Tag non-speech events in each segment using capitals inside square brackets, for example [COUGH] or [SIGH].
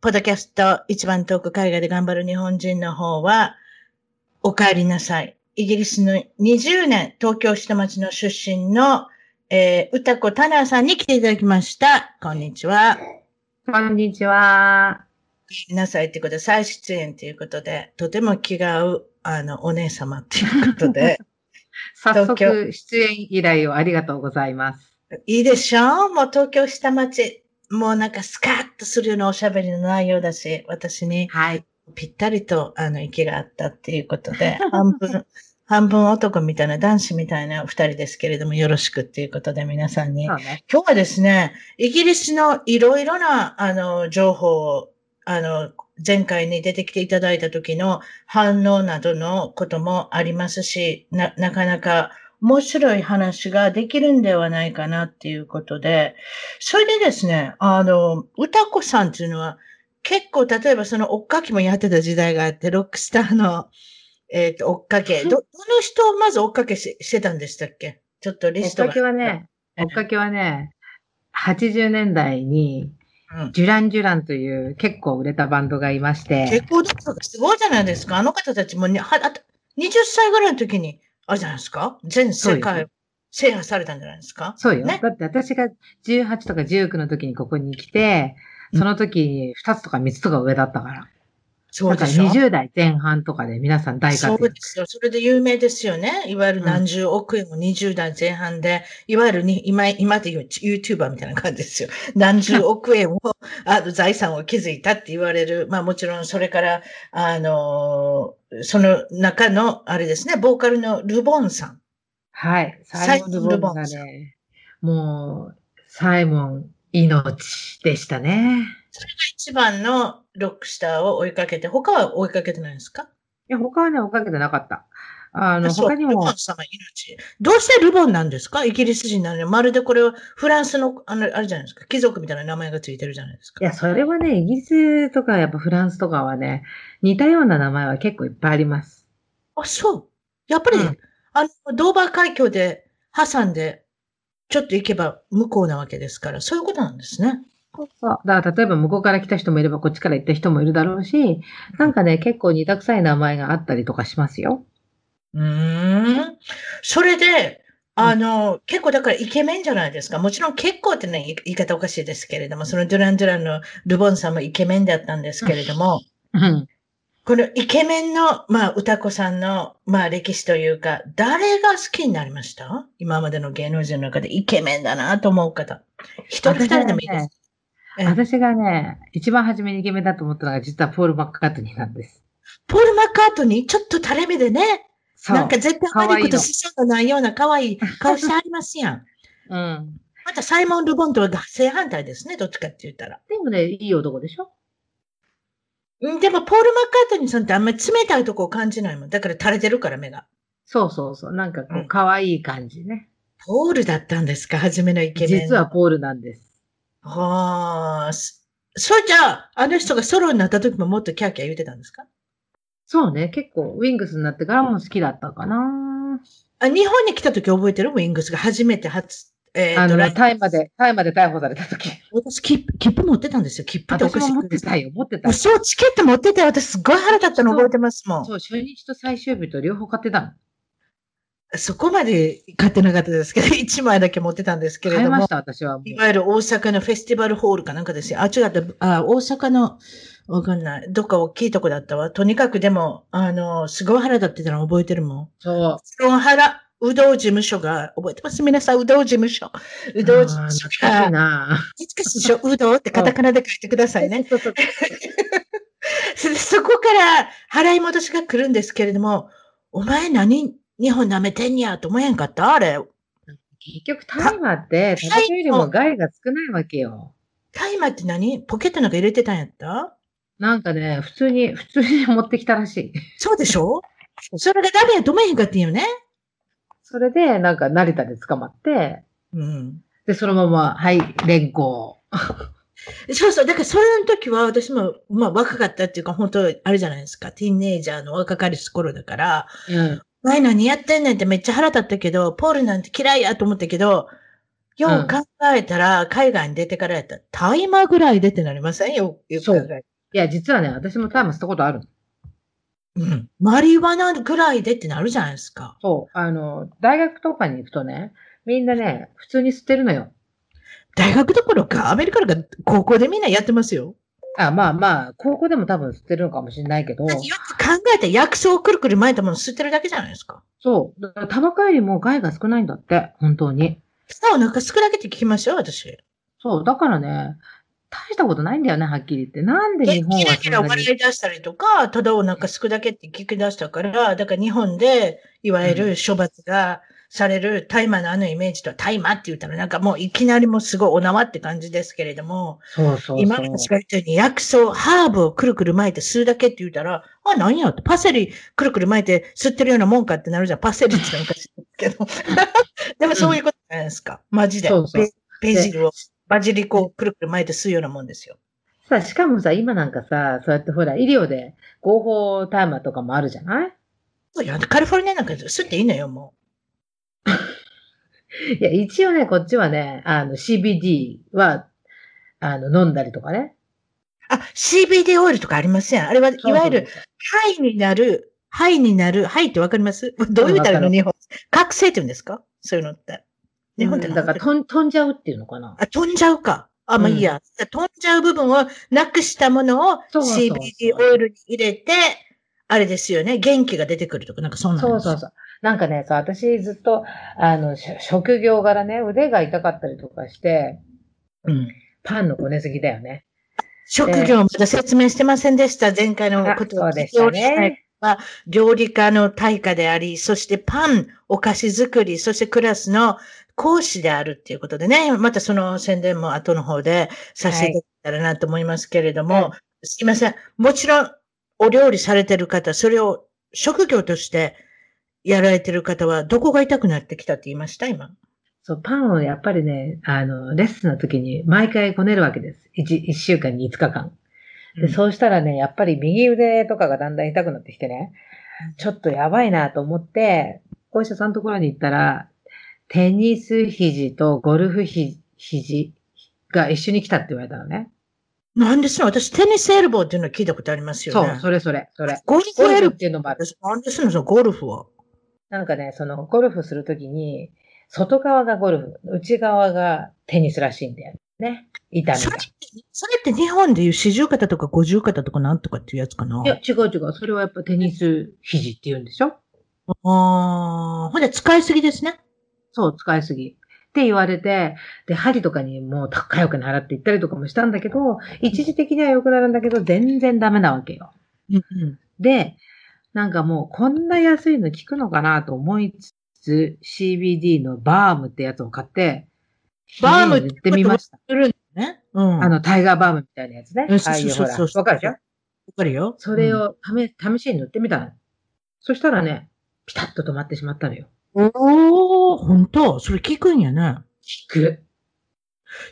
ポッドキャスト一番遠く海外で頑張る日本人の方は、お帰りなさい。イギリスの20年、東京下町の出身の、えー、歌子タナーさんに来ていただきました。こんにちは。こんにちは。お帰りなさいってことで、再出演ということで、とても気が合う、あの、お姉様っていうことで、早東京速出演依頼をありがとうございます。いいでしょうもう東京下町、もうなんかスカッとするようなおしゃべりの内容だし、私にはい。ぴったりと、あの、息があったっていうことで、 [LAUGHS] 半分、半分男みたいな、男子みたいな二人ですけれども、よろしくっていうことで、皆さんに。そう今ね。日はですね、イギリスのいろいろな、あの、情報を、あの、前回に出てきていただいた時の反応などのこともありますし、な、なかなか面白い話ができるんではないかなっていうことで、それでですね、あの、歌子さんっていうのは、結構、例えばその追っかけもやってた時代があって、ロックスターの、えっ、と、追っかけ。ど、どの人をまず追っかけししてたんでしたっけちょっとリ追スっトが。かけはね、ええ追っかけはね、80年代に、うん、ジュラン・ジュランという結構売れたバンドがいましてレ、コードとかすごいじゃないですか。あの方たちもね、はあと20歳ぐらいの時に、あれじゃないですか全世界を制覇されたんじゃないですかそうよ。ねだって私が18とか19の時にここに来て、その時2つとか3つとか上だったから。そうだかでらしょ20代前半とかで皆さん大活そう躍で。すよ。それで有名ですよね。いわゆるうん何十億円も20代前半で、いわゆるに今、今で言う YouTuber みたいな感じですよ。何十億円を、あの、財産を築いたって言われる。まあもちろんそれから、あのーその中の、あれですね、ボーカルのルボンさん。はい。ササイイモモンン・ルルボンボンがね、もう、サイモン命でしたね。一番のロックスターを追いかけて、他は追いかけてないんですかいや、他はね、追っかけてなかった。あの、そう他にルボもン、様命。どうしてルボンなんですかイギリス人なのに。まるでこれはフランスの、あの、あれじゃないですか。貴族みたいな名前がついてるじゃないですか。いや、それはね、イギリスとかやっぱフランスとかはね、似たような名前は結構いっぱいあります。あ、そう。やっぱり、うんあの、ドーバー海峡で、挟んで、ちょっと行けば向こうなわけですから、そういうことなんですね。だから、例えば向こうから来た人もいれば、こっちから行った人もいるだろうし、なんかね、結構似たくさい名前があったりとかしますよ。うーん。それで、あの、結構だからイケメンじゃないですか。もちろん結構ってね、言い言い方おかしいですけれども、そのドゥランドゥランのルボンさんもイケメンだったんですけれども、うん。このイケメンの、まあ、歌子さんの、まあ、歴史というか、誰が好きになりました今までの芸能人の中でイケメンだなと思う方。一人二人でもいいです。ええ [LAUGHS] 私がね、一番初めにイケメンだと思ったのが、実はポール・マッカートニーなんです。ポール・マッカートニー、ちょっと垂れ目でね、そう。なんか絶対悪いこと可愛いのしそうなないような可愛い顔してありますやん。うん。またサイモン・ルボンとは正反対ですね、どっちかって言ったら。でもね、いい男でしょうんでも、ポール・マッカートニーさんってあんまり冷たいとこを感じないもん。だから垂れてるから、目が。そうそうそう。なんかこうんう、可愛い感じね。ポールだったんですか、初めのイケメン。実は。ポールなんです。はあ。そそうじゃあ、あの人がソロになった時ももっとキャーキャー言ってたんですかそうね、結構、ウィングスになってからも好きだったかな。あ日本に来た時覚えてるウィングスが初めて初、えーあと、ライの、ブタイまで、タイまで逮捕された時。私、切符切符持ってたんですよ。切符ってお私かもしい持ってたよ、持ってたよ。嘘、チケット持ってたよ。私、すごい腹立ったの覚えてますもん。そう、初日と最終日と両方買ってたの。そこまで買ってなかったですけど、1枚 [LAUGHS] だけ持ってたんですけれ買いどまもし。た、私はもうい。わゆる大阪のフェスティバルホールかなんかですよ。あ、違った。あ大阪の、わかんない。どっか大きいとこだったわ。とにかくでも、あの、菅原だってたの覚えてるもん。そう。菅原、うどう事務所が、覚えてます皆さん、うどう事務所。うどう事あー務所懐かしが、いな。懐かしいでしょうどうってカタカナで書いてくださいね。そうそうそうそそこから払い戻しが来るんですけれども、お前何日本舐めてんやと思えんかったあれ。結局、タイマーって、タイタバコよりも害が少ないわけよ。タイマーって何ポケットなんか入れてたんやったなんかね、普通に、普通に持ってきたらしい。そうでしょそれがダメやと思えへんかって言うよね。それで、なんか成田で捕まって、うん。で、そのまま、はい、連行。そうそう。だからそれの時は私も、まあ若かったっていうか、本当あれじゃないですか。ティーンネイジャーの若かりし頃だから、うん。前何やってんねんってめっちゃ腹立ったけど、ポールなんて嫌いやと思ったけど、ようんう考えたら、海外に出てからやったら、タイマーぐらい出てなりませんよ。よく考えたらいや、実はね、私もタイマーしたことあるの。うん。マリワナぐらいでってなるじゃないですか。そう。あの、大学とかに行くとね、みんなね、普通に捨てるのよ。大学どころか、アメリカなんか高校でみんなやってますよ。あ、まあまあ、高校でも多分捨てるのかもしれないけど、だってよく考えたら薬草をくるくる巻いたもの吸ってるだけじゃないですか。そう。だからタバコよりも害が少ないんだって、本当に。舌をなんかすくだけって聞きましたよ、私。そう、だからね、大したことないんだよね、はっきり言って。なんでで日本キはラそキんラな笑にい出したりとか、ただをなんかすくだけって聞き出したから、だから日本で、いわゆる処罰がされる大麻のあのイメージとは大麻って言ったらなんかもういきなりもうすごいお縄って感じですけれども、そうそうそう。今私が言ったように薬草、ハーブをくるくる巻いて吸うだけって言うたら、あ、何やって、パセリくるくる巻いて吸ってるようなもんかってなるじゃん。パセリってなんか知ってるけど。 [LAUGHS] でもそういうことじゃないですか。マジで。そうそうベベジルを、バジリコをくるくる巻いて吸うようなもんですよ。さ、しかもさ、今なんかさ、そうやってほら、医療で合法大麻とかもあるじゃないそうやカリフォルニアなんか吸っていいのよ、もいや、一応ね、こっちはね、あの、CBD は、あの、飲んだりとかね。う。あ、CBD オイルとかありません。あれはいわゆる、肺になる、肺になる、肺ってわかりますどう言うたらいいのわかる日本。覚醒って言うんですかそういうのって。日日本本っっててだから飛ん飛んじゃうっていうのかな。あ、飛んじゃうか。あ、まあうんいいや。飛んじゃう部分をなくしたものをそうそうそう CBD オイルに入れて、あれですよね。元気が出てくるとか、なんかそんなそんうですそうそう。なんかね、そう、私ずっと、あの、し職業柄ね、腕が痛かったりとかして、うん。パンのこねすぎだよね。職業まだ説明してませんでした。前回のあことそうでしたね。料理家の対価であり、そしてパン、お菓子作り、そしてクラスの講師であるっていうことでね、またその宣伝も後の方でさせていただけたらなと思いますけれども、はいすいません。もちろん、お料理されてる方、それを職業としてやられてる方は、どこが痛くなってきたって言いました今。そう、パンをやっぱりね、あの、レッスンの時に毎回こねるわけです。一一週間に5日間。で、うんそうしたらね、やっぱり右腕とかがだんだん痛くなってきてね、ちょっとやばいなと思って、お医者さんのところに行ったら、テニス肘とゴルフひ肘が一緒に来たって言われたのね。なんですの私、テニスエルボーっていうの聞いたことありますよそね。う、それそれ、それ。ゴルフゴエルルフっていうのもある。私、なんですの、そのゴルフは。なんかね、そのゴルフするときに、外側がゴルフ、内側がテニスらしいんだよね。痛みそがれ。って、それって日本でいう四十肩とか五十肩とかなんとかっていうやつかないや、違う違う。それはやっぱテニス肘って言うんでしょああ、ほんで使いすぎですね。そう、使いすぎ。って言われて、で、針とかにもう高いお金払って行ったりとかもしたんだけど、一時的には良くなるんだけど、全然ダメなわけよ。うんで、なんかもうこんな安いの効くのかなと思いつつ、CBD のバームってやつを買って、バーム肘に塗ってみました。するんだね。うん。あ、の、タイガーバームみたいなやつね。うんああいうほら、わかるでしょわかるよ。それを試試しに塗ってみたの。そしたらね、ピタッと止まってしまったのよ。うん。おお、本当それ効くんやね。効く。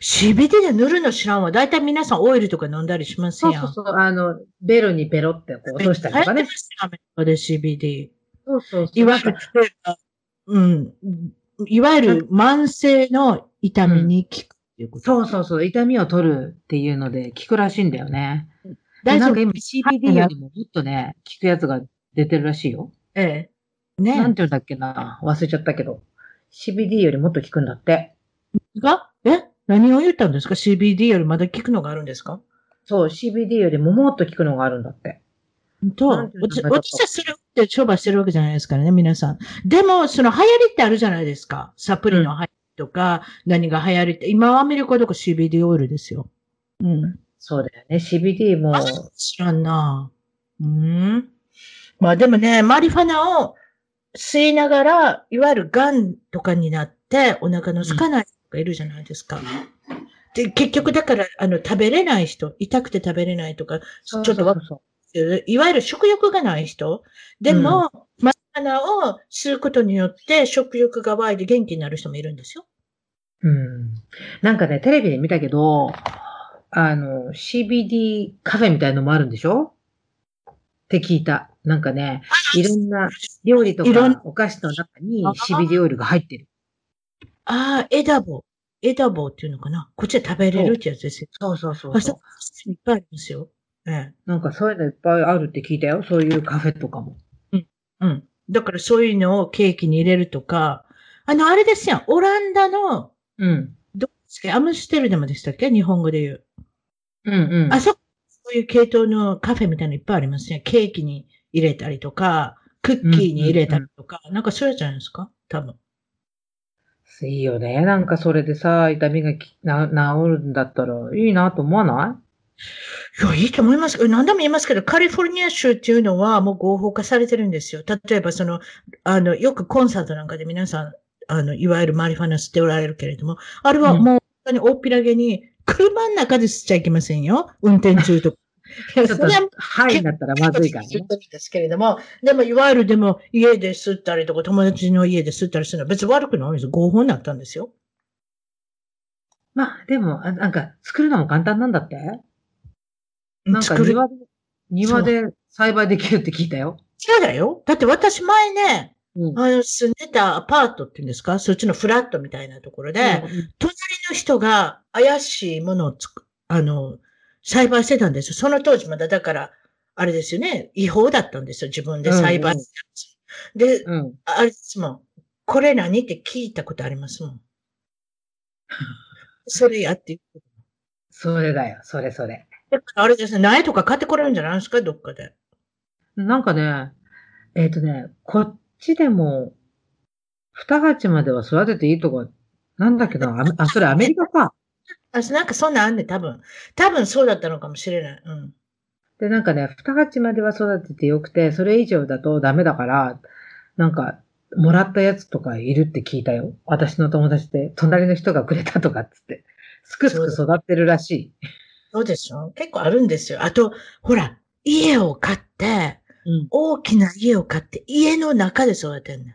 CBD で塗るの知らんわ。だいたい皆さんオイルとか飲んだりしますそうやん。そうそう、あの、ベロにベロってこう落としたりとか流行ってねま。したよアメリカで CBD。そうそうそう。いわゆる、うん。いわゆる慢性の痛みに効くっていうこと。そうそうそう、痛みを取るっていうので効くらしいんだよね。大な丈ん夫。か今 CBD よりももっとね、効くやつが出てるらしいよ。ええ。なんねていうんだっけな、忘れちゃったけど。CBD よりもっと効くんだって。え。がえ何を言ったんですか ?CBD よりまだ効くのがあるんですかそう、CBD よりももっと効くのがあるんだって。と、なん落ていうのち、なんか落ちたそれって商売してるわけじゃないですからね、皆さん。でも、その流行りってあるじゃないですか。サプリの流行りとか、何が流行りって。今はアメリカとか CBD オイルですよ。うん。そうだよね。CBD も、知らんなうん。まあでもね、マリファナを吸いながら、いわゆるガンとかになって、お腹の空かない人がいるじゃないですか。で、結局だから、あの、食べれない人、痛くて食べれないとか、そうちょっとわそうそういわゆる食欲がない人。でも、マリファナを吸うことによって、食欲が湧いて元気になる人もいるんですよ。うん。なんかね、テレビで見たけど、あの、CBD カフェみたいのもあるんでしょって聞いた。なんかね、いろんな料理といろんかお菓子の中に CBD オイルが入ってる。ああ、エダボ。エダボっていうのかな。こっちで食べれるってやつですよ。そうそうそあ、うそ。そういっぱいありますよ。ええ。う。なんかそういうのいっぱいあるって聞いたよ。そういうカフェとかも。うん。だからそういうのをケーキに入れるとか、あの、あれですやん。オランダの、うん。どっちかアムステルダムでしたっけ日本語で言う。うんうん。あそこ、そういう系統のカフェみたいなのいっぱいありますね。ケーキに入れたりとか、クッキーに入れたりとか、なんかそうじゃないですか多分。いいよね。なんかそれでさ、痛みがきな治るんだったらいいなと思わないいや、いいと思います。何度も言いますけど、カリフォルニア州っていうのはもう合法化されてるんですよ。例えば、その、あの、よくコンサートなんかで皆さん、あの、いわゆるマリファナ吸っておられるけれども、あれはもう、本当に大っぴらげに、車の中で吸っちゃいけませんよ。運転中とか。いや [LAUGHS] ちょっそとれは、はいになったらまずいから言ねっ。てるんですけれども、でも、いわゆるでも、家で吸ったりとか、友達の家で吸ったりするのは別に悪くないんですよ。合法になったんですよ。まあ、でも、あなんか、作るのも簡単なんだってなんか作る。庭で、庭で栽培できるって聞いたよ。違うだよ。だって私前ね、うん。あの、住んでたアパートっていうんですかそっちのフラットみたいなところで、隣の人が怪しいものをつく、あの、栽培してたんですよ。その当時まだだから、あれですよね、違法だったんですよ。自分で栽培してたんですで、うん。うんあれですもん、これ何って聞いたことあります [LAUGHS] もん。それやっていう。それだよ、それそれ。だからあれですね、苗とか買ってこれるんじゃないですかどっかで。なんかね、えっ、とね、こっちでも、二鉢までは育てていいとこ、なんだっけな、あめあ、それアメリカか。あなんかそんなんあんねん、多分。多分そうだったのかもしれない。うん。で、なんかね、二鉢までは育ててよくて、それ以上だとダメだから、なんか、もらったやつとかいるって聞いたよ。私の友達で、隣の人がくれたとかっつって。すくすく育ってるらしそうでしょ結構あるんですよ。あと、ほら、家を買って、い。うん。大きな家を買って、家の中で育てんねん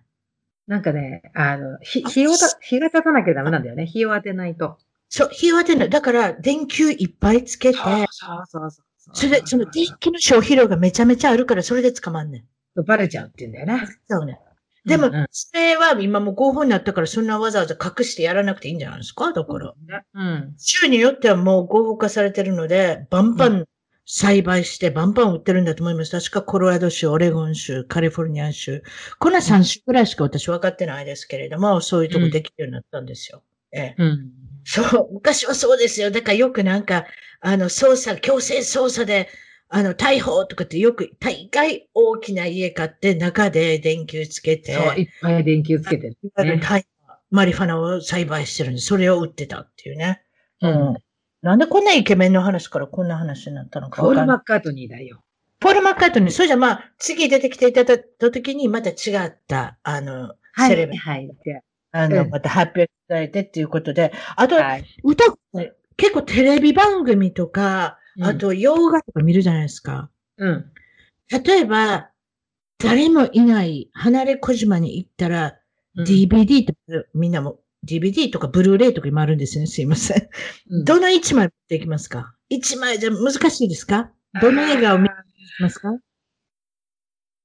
なんかね、あの、ひ日をた、日が立たなきゃダメなんだよね。日を当てないと。そう、日を当てない。だから、電球いっぱいつけて、そうそうそうそう。それで、その電気の消費量がめちゃめちゃあるから、それで捕まんねん。バレちゃうって言うんだよね。そうね。でもうんうん、それは今もう合法になったから、そんなわざわざ隠してやらなくていいんじゃないですかだから。うん。州によってはもう合法化されてるので、バンバン栽培して、バンバン売ってるんだと思います。確かコロラド州、オレゴン州、カリフォルニア州。この3州ぐらいしか私分かってないですけれども、そういうとこできるようになったんですよ。ええ。うん。そう、昔はそうですよ。だからよくなんか、あの、捜査、強制捜査で、あの、逮捕とかってよく、大概大きな家買って、中で電球つけて、そう、いっぱい電球つけてるあのね。大麻マリファナを栽培してるんで、それを売ってたっていうね。うん。なんでこんなイケメンの話からこんな話になったのかポわーかル・んなマい。ッカートニーだよ。ポール・マッカートニー、それじゃまあ、次出てきていただいた時に、また違った、あの、セレブ、はい。じゃあの、うんまた発表いただいてっていうことで、あと、あはい。歌って結構テレビ番組とか、うんあと洋画とか見るじゃないですか。うん。例えば、誰もいない、離れ小島に行ったら、うん DVD とか、みんなも、DVD とかブルーレイとか今あるんですね。すいません。うんどの1枚持っていきますか ?1 枚じゃ難しいですかどの映画を見ていきますか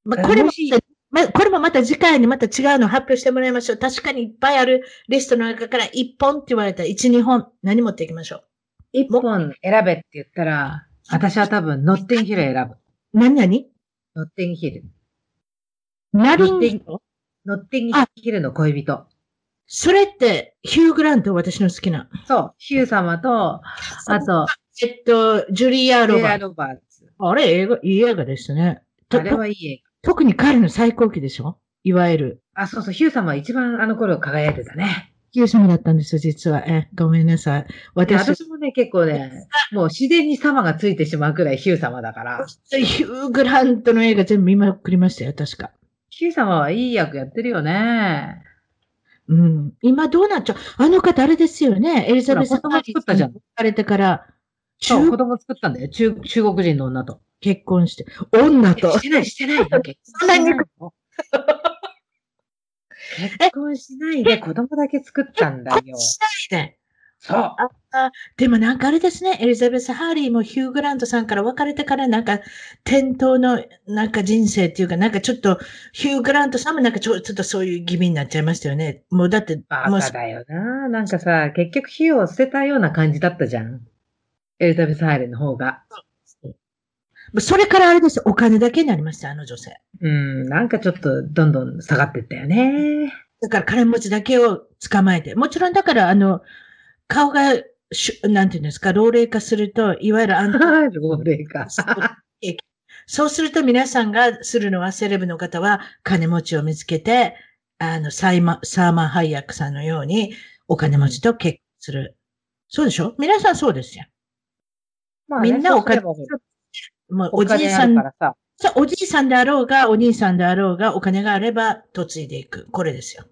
まあ、これももし、まこれもまた次回にまた違うの発表してもらいましょう。確かにいっぱいあるリストの中から1本って言われたら1、2本何持っていきましょ一本選べって言ったら、私は多分、ノッテンヒル選ぶ。う何々ノッテンヒル。ナリンノッテンノッテンヒルの恋人。それってヒュー・グラント私の好きな。そう、ヒュー様と、あと、えっと、ジュリア・ロロババーート。ロバーツ。あれ、映画、いい映画でしたね。とあれはいい映特に彼の最高期でしょいわゆる。画。あ、そうそう、ヒュー様は一番あの頃輝いてたね。ヒュー様だったんですよ、実は。え、ごめんなさい。で私、私もね、結構ね、もう自然に様がついてしまうくらいヒュー様だから。ヒュー・グラントの映画全部見まくりましたよ、確か。ヒュー様はいい役やってるよね。うん。今どうなっちゃうあの方、あれですよね。エリザベス・ほら子供作ったじゃんハリスに別れてから、そう、中子供作ったんだよ。中、中国人の女と。結婚して、女と。してない、してないだけ。そんなにしていの結婚しないで子供だけ作ったんだよ。しないで。そう。でもなんかあれですね、エリザベス・ハーリーもヒュー・グラントさんから別れてからなんか、転倒のなんか人生っていうか、なんかちょっと、ヒュー・グラントさんもなんかちょちょっとそういう気味になっちゃいましたよね。もうだって、バもうカだよな。なんかさ、結局火を捨てたような感じだったじゃん。エリザベス・ハイレンの方が。それからあれです、お金だけになりました、あの女性。うん、なんかちょっとどんどん下がってったよ [LAUGHS] ね。だから金持ちだけを捕まえて。もちろんだから、あの、顔がしゅ、なんていうんですか、老齢化すると、いわゆる安定老齢化。そうすると皆さんがするのは、セレブの方は金持ちを見つけて、あの、サイマ、サーマン・ハイヤックさんのようにお金持ちと結婚する。そうでしょ皆さんそうですよ。まあねみんなお金そうすればもうおおじい金あさるんか、らさ。そうおじいさんであろうが、お兄さんであろうが、お金があれば嫁いでいく。これですよ。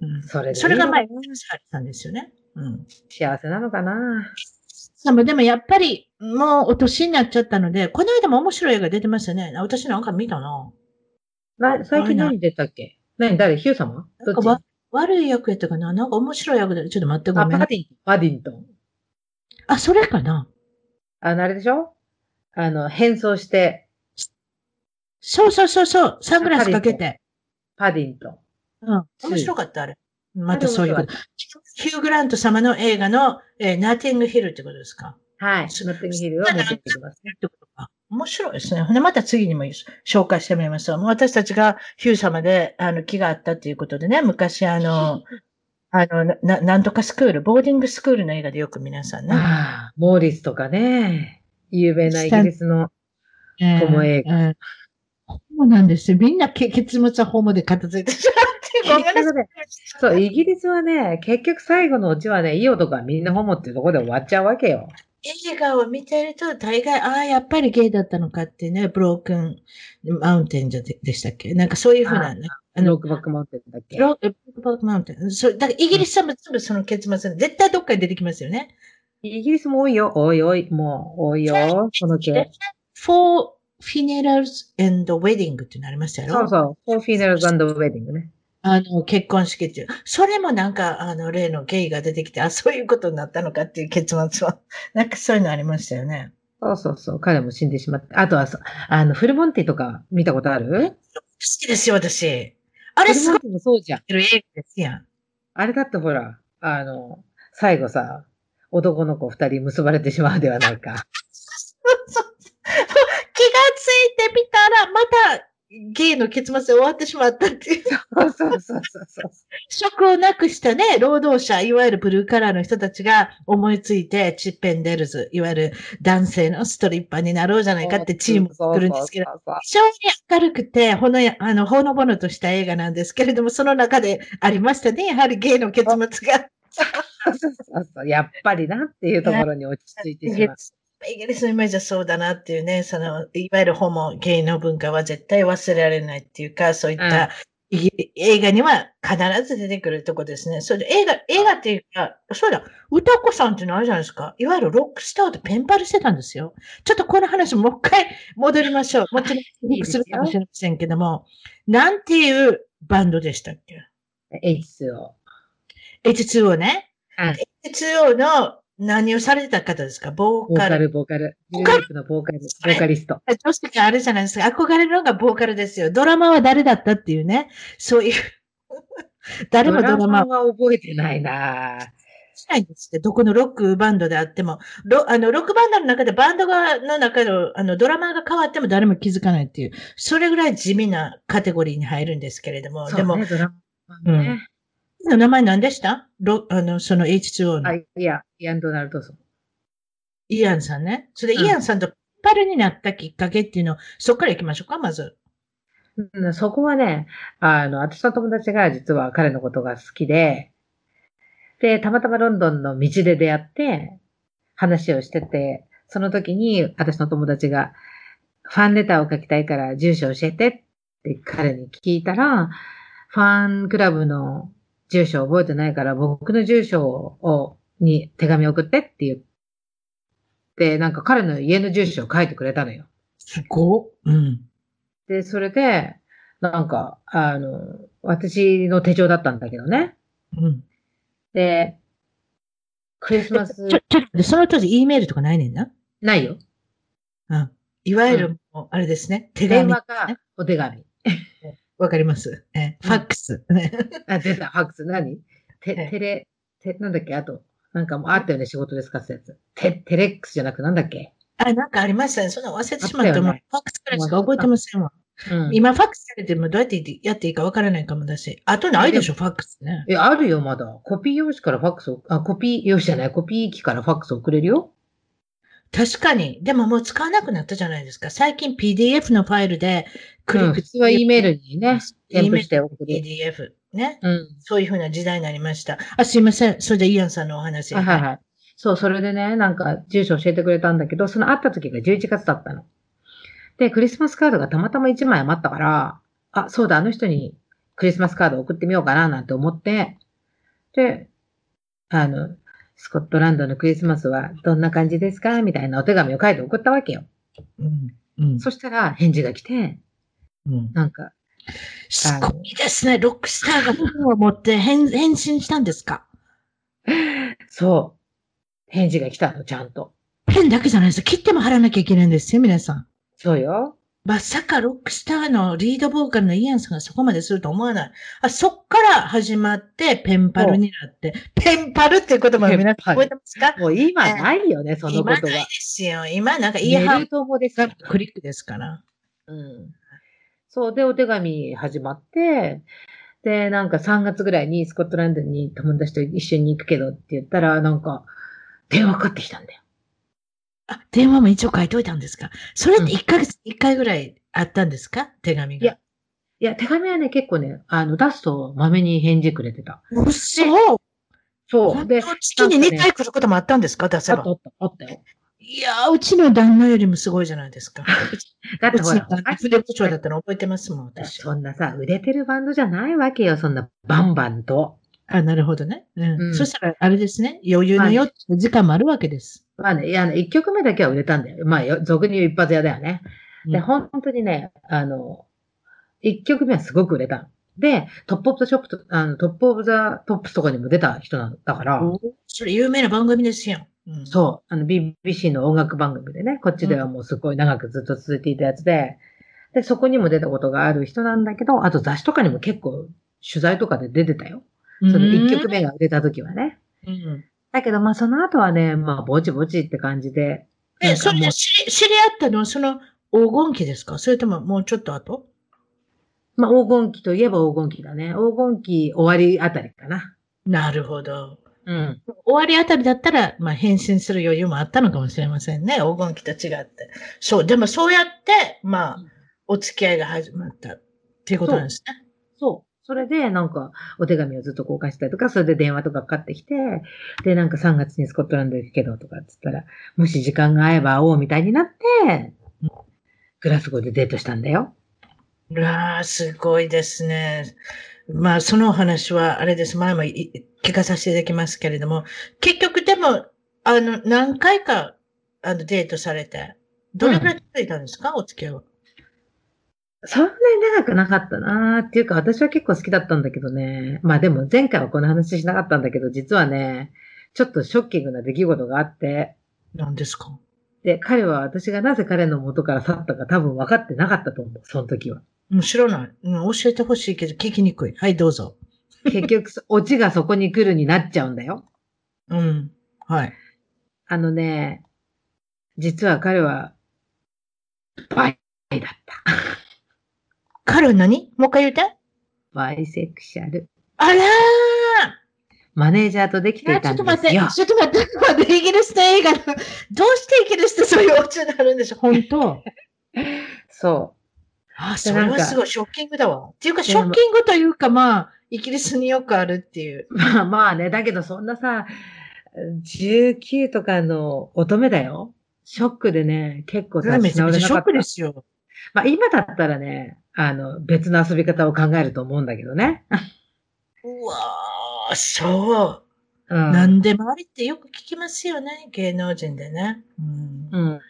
うん、それでいいのそれが前、マスハリさんですよね。うん。幸せなのかな。でも、でもやっぱり、もうお年になっちゃったので、この間も面白い映画出てましたね。あ私なんか見たな。な最近何出たっけ何誰ヒュー様などんっかちわ悪い役やったかななんか面白い役で、ちょっと待ってごあ、めんパ。ディントン。パディントン。あ、それかなあの、あれでしょあの、変装して、そうそうそうそう。サングラスかけて。パディントン。うん。つい面白かった、あれ。またそういうこと。ヒュー・グラント様の映画の、えーナーティングヒルってことですかはい。ノッティングヒルを持ってってきます。ってことか。面白いですね。ほんで、また次にも紹介してみますわもう私たちがヒュー様で、あの、気があったということでね、昔あ [LAUGHS] の、あの、なな、なんとかスクール、ボーディングスクールの映画でよく皆さんね。ああ、モーリスとかね。有名なイギリスの。えホモ映画えーホモなんですよ。みんなけ結末はホモで片付いてしまって、ごめんなさい。そう、イギリスはね、結局最後のうちはね、いい男はみんなホモっていうところで終わっちゃうわけよ。 [LAUGHS] 映画を見てると、大概、ああ、やっぱりゲイだったのかってね、ブロークンマウンテンじゃででしたっけなんかそういうふうなね。あのロックバックマウンテンだっけ。ロックバックマウンテン。そう、だからイギリスはもう全部その結末、絶対どっかに出てきますよね。イギリスも多いよ。多い多い。もう、多いよ。この系。 for funerals and wedding ってなりましたよ。そうそう。フォーフィナルズウェディングね。あの、結婚式っていう。それもなんか、あの、例のゲイが出てきて、あ、そういうことになったのかっていう結末は、 [LAUGHS] なんかそういうのありましたよね。そうそうそう。彼も死んでしまって。あとはそう、あの、フルモンティとか見たことある好きですよ、私。ああれすごいフルモンティもそうじゃん。映画ですやん。あれだってほら、あの、最後さ、男の子二人結ばれてしまうではな [LAUGHS] いか。そうそう気がついてみたら、また、ゲイの結末で終わってしまったっていう。そうそうそうそうそう。職をなくしたね、労働者、いわゆるブルーカラーの人たちが思いついて、チッペンデルズ、いわゆる男性のストリッパーになろうじゃないかってチームを作るんですけど、そうそう非常に明るくて、ほのや、あの、ほのぼのとした映画なんですけれども、その中でありましたね、やはりゲイの結末が。そうそうそう。やっぱりなっていうところに落ち着いてイしギまリう。スイギリスのイメージはそうだなっていうね、その、いわゆるホモ、ゲイの文化は絶対忘れられないっていうか、そういった、イギリ映画には必ず出てくるとこですね。そうで映画、映画っていうか、そうだ、歌子さんっていうのあるじゃないですか。いわゆるロックスターとペンパルしてたんですよ。ちょっとこの話もう一回戻りま [LAUGHS] しょう。もちろん、リンクするかもしれませんけども、なんていうバンドでしたっけ H2O。 ?H2O ね。うん H2O の何をされてた方ですかボボーカーカル。ル、ボーカル。ボミーュカルージックのボーカル、ボーカリスト。女子があれじゃないですか。憧れるのがボーカルですよ。ドラマは誰だったっていうね。そう [LAUGHS] いう。誰もドラドマラをマは覚えてないなぁしないんですって。どこのロックバンドであっても。ロあのロックバンドの中でバンドがの中のあのドラマーが変わっても誰も気づかないっていう。それぐらい地味なカテゴリーに入るんですけれども。そうねでも、ドラマはね。の名前何でしたロあのその H2O の。あ、いや、イアン・ドナルドソン。イアンさんね。それで、うんイアンさんとカッパルになったきっかけっていうのを、そこから行きましょうか、まず。うんそこはね、あの、私の友達が実は彼のことが好きで、で、たまたまロンドンの道で出会って、話をしてて、その時に私の友達が、ファンレターを書きたいから住所教えてって彼に聞いたら、ファンクラブの住所覚えてないから僕の住所を、に手紙送ってって言って、なんか彼の家の住所を書いてくれたのよ。すごうん。で、それで、なんか、あの、私の手帳だったんだけどね。うん。で、クリスマスち、ょ、ちょ、で、その当時、E メールとかないねんな。ないよ。うん。いわゆる、もうあれですね。手電紙。話かお手紙。わかります。え、ファックス。ね [LAUGHS] あ、出た、ファックス、何テええテレ、テ、なんだっけ、あと、なんかもうあったよね、仕事で使ってたやつ。テ、テレックスじゃなくなんだっけ。あ、なんかありましたね。そんなの忘れてしまったあったもよん。ねファックスからしか覚えてませんわ。うん。今、ファックスされてもどうやってやっていいかわからないかもだし。あとないでしょ、ファックスね。え、あるよ、まだ。コピー用紙からファックスを、あ、コピー用紙じゃない、コピー機からファックス送れるよ。確かに。でももう使わなくなったじゃないですか。最近 PDF のファイルでクリうッん、ク普通は E メールにね、添 E メ付ーして送ルり。 PDF。ね。うん。そういうふうな時代になりました。あ、すいません。それでイアンさんのお話。はいはいはい。そう、それでね、なんか住所教えてくれたんだけど、その会った時が11月だったの。で、クリスマスカードがたまたま1枚余ったから、あ、そうだ、あの人にクリスマスカード送ってみようかななんて思って、で、あの、スコットランドのクリスマスはどんな感じですかみたいなお手紙を書いて送ったわけよ。うん。うん。そしたら返事が来て、うん。なんか、すごいですね。ロックスターが本を持って変、変身したんですかそう、返事が来たの、ちゃんと。ペンだけじゃないです。切っても貼らなきゃいけないんですよ、皆さん。そうよ。まさかロックスターのリードボーカルのイアンさんがそこまですると思わない。あ、そっから始まって、ペンパルになって。ペンパルっていう言葉を皆さん覚えてますかもう今ないよね、その今こないとでは。すよ。今なんかイヤハン寝るともですよがクリックですから。うんそうで、お手紙始まって、で、なんか3月ぐらいにスコットランドに友達と一緒に行くけどって言ったら、なんか、電話かかってきたんだよ。あ、電話も一応書いといたんですかそれって1ヶ月1回ぐらいあったんですか手紙が。いやいや、手紙はね、結構ね、あの、出すと豆に返事くれてた。うっそそう。本で、当月に2回来ることもあったんですか出せあったば。あった、あったよ。いやー、うちの旦那よりもすごいじゃない [LAUGHS] ですか。だってうほちのら、旦那、筆部長だったの覚えてますもん、私。そんなさ、売れてるバンドじゃないわけよ、そんなバンバンと。あ、なるほどね。うん。うんそしたら、あれですね。余裕のよ、時間もあるわけです。まあね、いや、あの1曲目だけは売れたんだよ。まあよ、俗に言う一発屋だよね。で、うん本当にね、あの、一曲目はすごく売れたの。で、トップオブザショップと、あの、トップオブザトップスとかにも出た人なんだから、それ有名な番組ですよ。うんそう、あの、BBC の音楽番組でね、こっちではもうすごい長くずっと続いていたやつで、で、そこにも出たことがある人なんだけど、あと雑誌とかにも結構取材とかで出てたよ。うん。その一曲目が売れた時はね。うん。だけど、まあその後はね、まあぼちぼちって感じで。なえ、んかそれもうで知り知り合ったのはその黄金期ですかそれとももうちょっと後まあ黄金期といえば黄金期だね。黄金期終わりあたりかな。なるほど。うん。終わりあたりだったら、まあ、変身する余裕もあったのかもしれませんね。黄金期と違って。そう。でもそうやって、まあうん、お付き合いが始まったっていうことなんですね。そう。それで、なんか、お手紙をずっと交換したりとか、それで電話とかかかってきて、で、なんか3月にスコットランド行くけど、とかっつったら、もし時間が合えば会おうみたいになって、グラスゴーでデートしたんだよ。うわあ、すごいですね。まあ、そのお話は、あれです。前もい聞かさせていただきますけれども、結局でも、あの、何回か、あの、デートされて、どれくらい続いたんですか、お付き合いは。そんなに長くなかったなーっていうか、私は結構好きだったんだけどね。まあでも前回はこの話しなかったんだけど、実はね、ちょっとショッキングな出来事があって、何ですかで、彼は私がなぜ彼の元から去ったか多分分かってなかったと思う、その時は。うん知らない。うん、教えてほしいけど、聞きにくい。はい、どうぞ。結局、オチがそこに来るになっちゃうんだよ。うん。はい。あのね、実は彼は、バイだった。彼は何もう一回言うて。バイセクシャル。あらーマネージャーとできていちょたっんと待っでて、すちょよっ。と待って、ちょっと待って、イギリスと映画の、 [LAUGHS] どうしてイギリスってそういうオチになるんでしょう本当。そ [LAUGHS] あ、でそれなんはかすごい、ショッキングだわ。っていうか、いシやョッキングというか、まあ、イギリスによくあるっていう。う。まあまあね、だけどそんなさ、19とかの乙女だよ。ショックでね、結構立めちちゃ直めちれゃシなかョっックたで。すよ。まあ今だったらね、あの、別の遊び方を考えると思うんだけどね。うわー、そう。うん。何でもありってよく聞きますよね、芸能人でね。うんうん。うん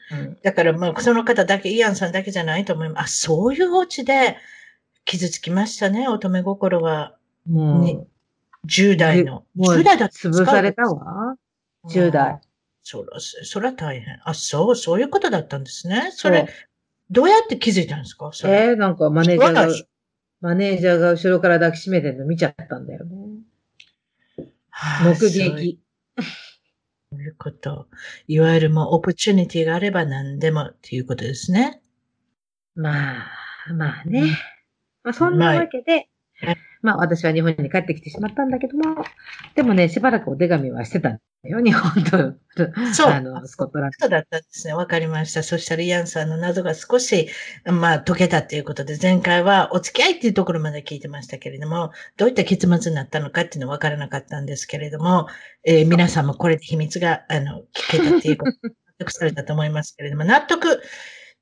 だから、まあ、その方だけ、イアンさんだけじゃないと思います。あ、そういうオチで傷つきましたね、乙女心は。ねも10代の。う、もう10代だって潰されたわ。10代。そら、そら大変。あ、そう、そういうことだったんですね。そそうれ、どうやって気づいたんですかそれ。えー、なんかマネージャーわかがんないでしょ、マネージャーが後ろから抱きしめてるの見ちゃったんだよね。は目いそうい撃。うこと。いわゆるもう、オプチュニティがあれば何でもっていうことですね。まあ、まあね。まあそんなわけではい、まあ私は日本に帰ってきてしまったんだけども、でもね、しばらくお手紙はしてたんだよ、日本と。そうあの、スコットランそうだったんですね。わかりました。そしたらイアンさんの謎が少し、まあ、解けたということで、前回はお付き合いっていうところまで聞いてましたけれども、どういった結末になったのかっていうのはわからなかったんですけれども、えー皆さんもこれで秘密が、あの、聞けたっていうこと、納得されたと思いますけれども、納得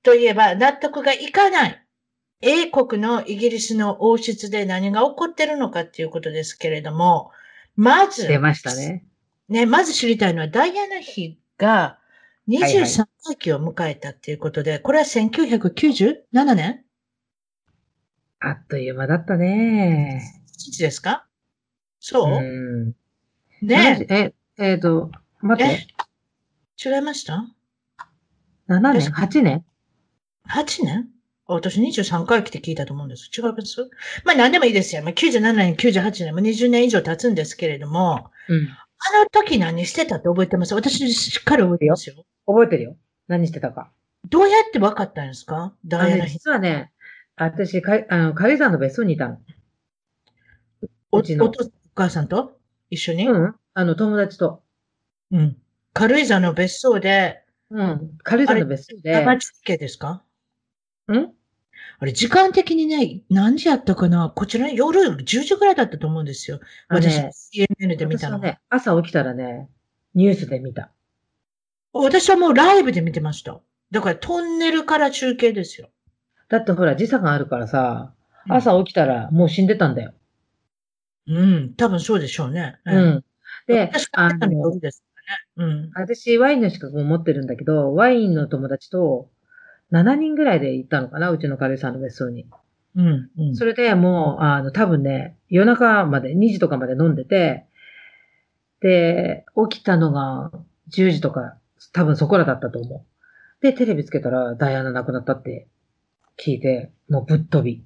といえば、納得がいかない。英国のイギリスの王室で何が起こってるのかっていうことですけれども、まず、ド。出ましたね。ね、まず知りたいのはダイアナ妃がはいはい23世紀を迎えたっていうことで、これは1997年あっという間だったね。いつですかそう、うん。ねえ、えっと、待って、違いました7確年 ?8 年 ?8 年あ私23回来て聞いたと思うんです。違いますまあ何でもいいですよ。まあ、97年、98年、もう20年以上経つんですけれども、うん。あの時何してたって覚えてます私しっかり覚えてますよ。覚えてるよ。何してたか。どうやって分かったんですかあダのイアねナ妃。実はね、私、かあの軽井沢の別荘にいたの。おうちのお父さんお母さんと一緒に、うん。あの、友達と。うん。軽井沢の別荘で、うん。軽井沢の別荘で。生中継ですかうんあれ、時間的にね、何時やったかなこちら夜10時ぐらいだったと思うんですよ。あの私、ね CNN で見たの。私はね、朝起きたらね、ニュースで見た。私はもうライブで見てました。だからトンネルから中継ですよ。だってほら、時差があるからさ、朝起きたらもう死んでたんだよ。うん、多分そうでしょうね。うん。で私、があ見たのの夜、ですからね。うん。私、ワインの資格も持ってるんだけど、ワインの友達と、7人ぐらいで行ったのかな、うちの軽井沢の別荘に。うん。うん。それでもう、あの、多分ね、夜中まで、2時とかまで飲んでて、で、起きたのが10時とか、多分そこらだったと思う。で、テレビつけたら、ダイアナ亡くなったって聞いて、もうぶっ飛び。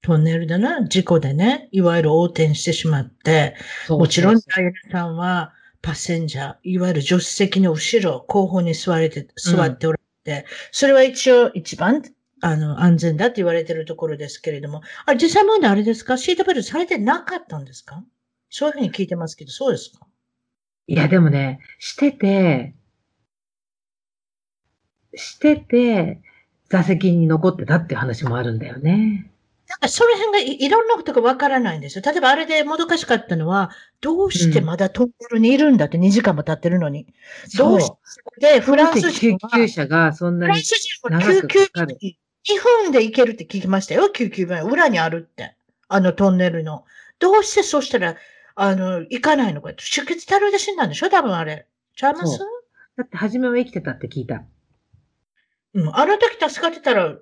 トンネルでね、事故でね、いわゆる横転してしまって、そうもちろん、そうダイアナさんは、パッセンジャー、いわゆる助手席の後ろ、後方に座れて、座っておられて、それは一応一番、あの、安全だって言われてるところですけれども、あれ、実際問題あれですかシートベルトされてなかったんですかそういうふうに聞いてますけど、そうですかいや、でもね、してて、してて、座席に残ってたっていう話もあるんだよね。なんか、その辺がいいろんなことがわからないんですよ。例えば、あれでもどかしかったのは、どうしてまだトンネルにいるんだって、2時間も経ってるのに。どうしてで、フフラランンスス人救は急車がそんフなランにス人は長救く急かかる。日本で行けるって聞きましたよ、救急病院。裏にあるって。あのトンネルの。どうしてそうしたら、あの、行かないのか。出血多量で死んだんでしょ多分あれ。ちゃいますそだって、初めは生きてたって聞いた。うん。あの時助かってたら、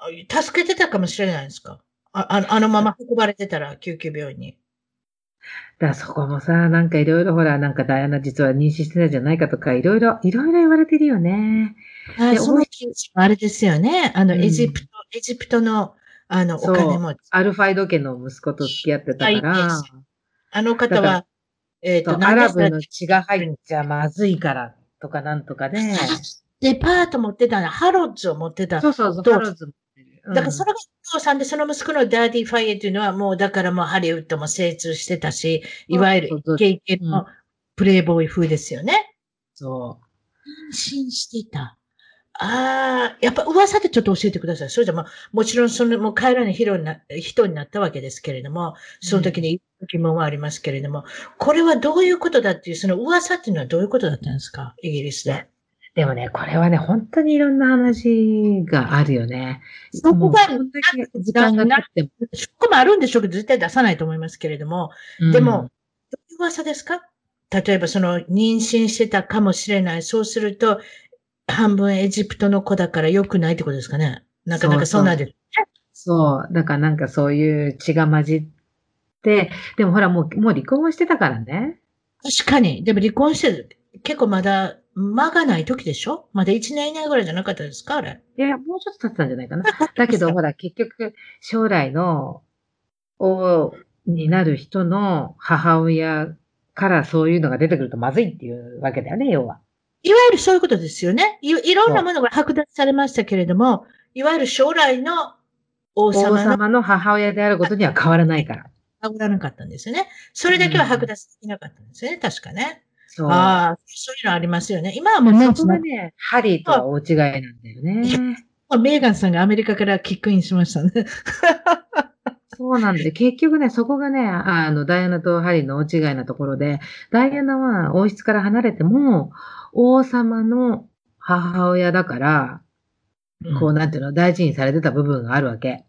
あ助けてたかもしれないですかああのあのまま運ばれてたら、救急病院に。だからそこもさ、なんかいろいろほら、なんかダイアナ実は妊娠してないじゃないかとか、いろいろ、いろいろ言われてるよね。あそのあれですよね。あの、うんエジプト、エジプトの、あの、そうお金持ち。アルファイド家の息子と付き合ってたかはいら、あの方だからは、えっ、そと、うア何ラでしたブっけの血が入っちゃまずいから、とかなんとかで、デパート持ってたの、ハロッズを持ってた。そうそうそう、どうハローズも持ってるうんだからそのお父さんで、その息子のダーディ・ファイエというのは、もうだからもうハリウッドも精通してたし、いわゆるそうそうイケイケのプレイボーイ風ですよね。そ安心していた。ああ、やっぱ噂でちょっと教えてください。それじゃ、まあ、もちろんその、もう帰らない人にな人になったわけですけれども、その時に疑問はありますけれども、これはどういうことだっていう、その噂っていうのはどういうことだったんですかイギリスで。う。でもね、これはね、本当にいろんな話があるよね。そこがもうこんだけ時間が経っても。そこもあるんでしょうけど、絶対出さないと思いますけれども、でうんも、どういう噂ですか例えばその妊娠してたかもしれない。そうすると、半分エジプトの子だから良くないってことですかね。なかなかそんなんで。そう。だからなんかそういう血が混じって、でもほらもう、もう離婚をしてたからね。確かに。でも離婚してる。結構まだ、間がない時でしょまだ1年以内ぐらいじゃなかったですかあれ。いや、もうちょっと経ってたんじゃないかな。だ [LAUGHS] けどほら、結局、将来の王になる人の母親からそういうのが出てくるとまずいっていうわけだよね、要は。いわゆるそういうことですよね。いいろんなものが剥奪されましたけれども、いわゆる将来の王王様の様の母親であることには変わらないから。名らなかったんですよね。それだけは剥奪できなかったんですよね。確かね。そう。ああ、そういうのありますよね。今はもうね、そこがね、ハリーとは大違いなんだよね。メーガンさんがアメリカからキックインしましたね。そうなんで、結局ね、そこがね、あの、ダイアナとハリーの大違いなところで、ダイアナは王室から離れても、王様の母親だから、こう、なんていうの、大事にされてた部分があるわけ。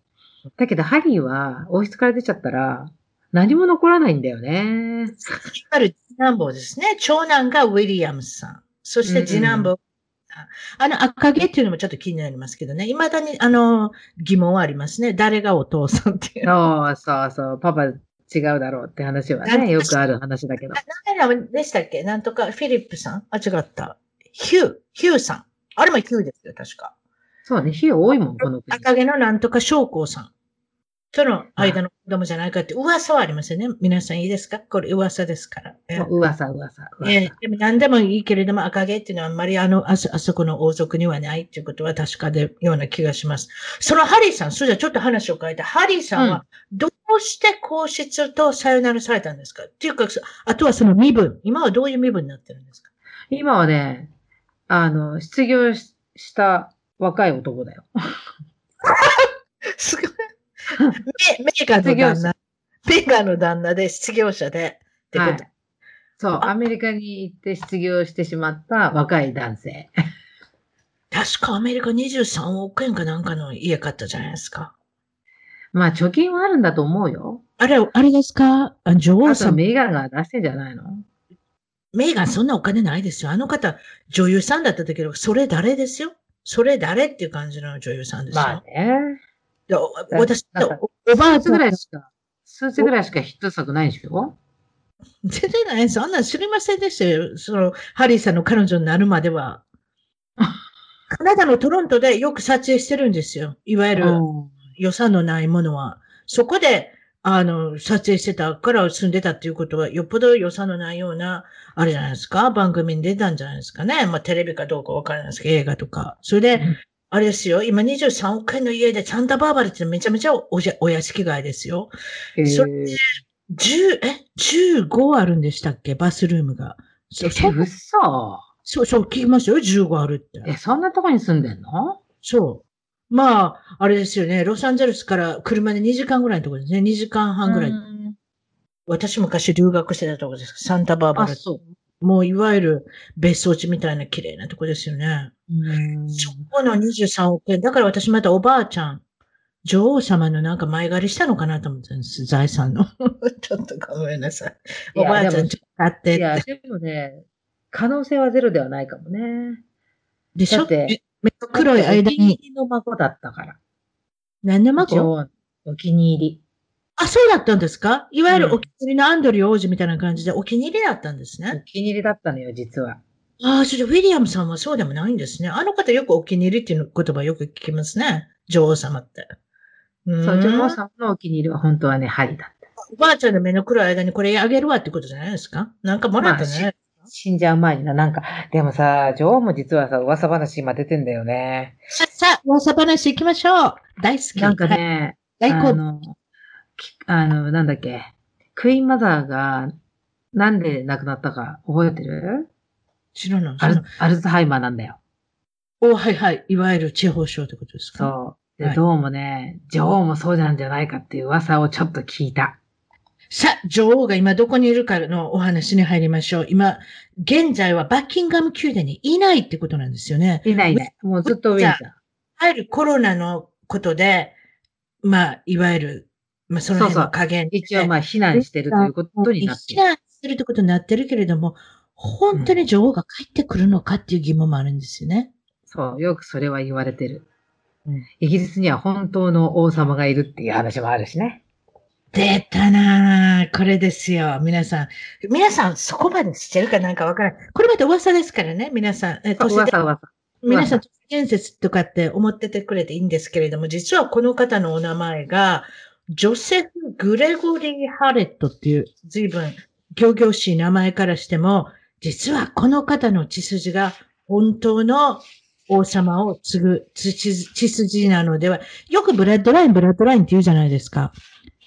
だけど、ハリーは王室から出ちゃったら、何も残らないんだよいね。わゆる次男坊ですね。長男がウィリアムスさん。そして次男坊。あの、赤毛っていうのもちょっと気になりますけどね。未だに、あの、疑問はありますね。誰がお父さんっていう。そうそうそう、パパ違うだろうって話はね、よくある話だけど。誰らでしたっけなんとか、フィリップさんあ、違った。ヒュー、ヒューさん。あれもヒューですよ、確か。そうね、費用多いもん、この国。赤毛のなんとか将校さん。との間の子供じゃないかって噂はありますよね。皆さんいいですかこれ噂ですから。えー噂、噂、噂。ええでも何でもいいけれども、赤毛っていうのはあんまりあの、あそあそこの王族にはないっていうことは確かでような気がします。そのハリーさん、それじゃあちょっと話を変えて、ハリーさんはどうして皇室とさよならされたんですか、っていうか、そあとはその身分、今はどういう身分になってるんですか今はね、あの、失業しした若い男だよ。 [LAUGHS] すごい。メメーガンの旦那。メーガンの旦那で失業者で。ってこと。はいそう、アメリカに行って失業してしまった若い男性。確かアメリカ23億円かなんかの家買ったじゃないですか。まあ、貯金はあるんだと思うよ。あれ、あれですかあ女王あとは様。メーガンが出してんじゃないのメーガンそんなお金ないですよ。あの方、女優さんだったけど、それ誰ですよ。それ誰っていう感じの女優さんですよ。まあね。でお私だからお、おばあち数値ゃんぐ。らいしか、数値ぐらいしかヒット作ないんでしょ全然ないです。あんなん知りませんでしたよ。その、ハリーさんの彼女になるまで [LAUGHS] は。カナダのトロントでよく撮影してるんですよ。いわゆるうん予算のないものは。そこで、あの、撮影してたから住んでたっていうことは、よっぽど予算のないような、あれじゃないですか、番組に出たんじゃないですかね。まあ、テレビかどうかわからないですけど、映画とか。それで、うんあれですよ、今23億円の家で、サンタバーバルってめちゃめちゃおじゃお屋敷街ですよ。えそー、 10、え ?15 あるんでしたっけバスルームが。そう、そえ、う、嘘。そう、そう聞きましたよ、15あるって。え、そんなとこに住んでんのそう。まあ、あれですよね。ロサンゼルスから車で2時間ぐらいのところですね。2時間半ぐらい。うん私昔留学してたとこです。サンタバーバあ、ラ。そう。もういわゆる別荘地みたいな綺麗なとこですよね。うんそこの23億円。だから私またおばあちゃん、女王様のなんか前借りしたのかなと思ったんです。財産の。 [LAUGHS] ちょっとごめんなさい。いおやばあちゃでんもちょっと買ってっいや、て。でもね、可能性はゼロではないかもね。でしだょって目と黒い間お気にに。入りの孫だったから。何で一孫応お気に入り。あ、そうだったんですかいわゆうるんお気に入りのアンドリュー王子みたいな感じでお気に入りだったんですおね。気に入りだったのよ、実は。ああ、それでウィリアムさんはそうでもないんですね。あの方よくお気に入りっていう言葉よく聞きますね。女王様って。うんそう、女王様のお気に入りは本当はね、針だっおばあちゃんの目の黒い間にこれあげるわってことじゃないですかなんかもらったまあね。た。死んじゃう前にな、なんか、でもさ、女王も実はさ、噂話今出てんだよね。さあ、さあ、噂話行きましょう。大好き。なんかはいね、大好あ物。の、きあの、なんだっけ、クイーンマザーが、なんで亡くなったか覚えてる知らない。アルアルツハイマーなんだよ。お、はいはい。いわゆる地方症ってことですかそう。はで、いどうもね、女王もそうなんじゃないかっていう噂をちょっと聞いた。さあ、女王が今どこにいるかのお話に入りましょう。今、現在はバッキンガム宮殿にいないってことなんですよね。いないね。もうずっとウィンザー。いわゆるコロナのことで、まあ、いわゆる、まあ、その辺そうのそう加減で。一応まあ避難してるということになって避る。難するってことになってるけれども、本当に女王が帰ってくるのかっていう疑問もあるんですよね。そう、よくそれは言われてるうん。イギリスには本当の王様がいるっていう話もあるしね。出たなぁ。これですよ。皆さん。皆さん、そこまで知ってるかなんかわからない。これまた噂ですからね、皆さん。え都市伝噂噂。皆さん、都市伝説とかって思っててくれていいんですけれども、実はこの方のお名前が、ジョセフ・グレゴリー・ハレットっていう、随分、行々しい名前からしても、実はこの方の血筋が本当の王様を継ぐ血血筋なのでは、よくブラッドライン、ブラッドラインって言うじゃないですか。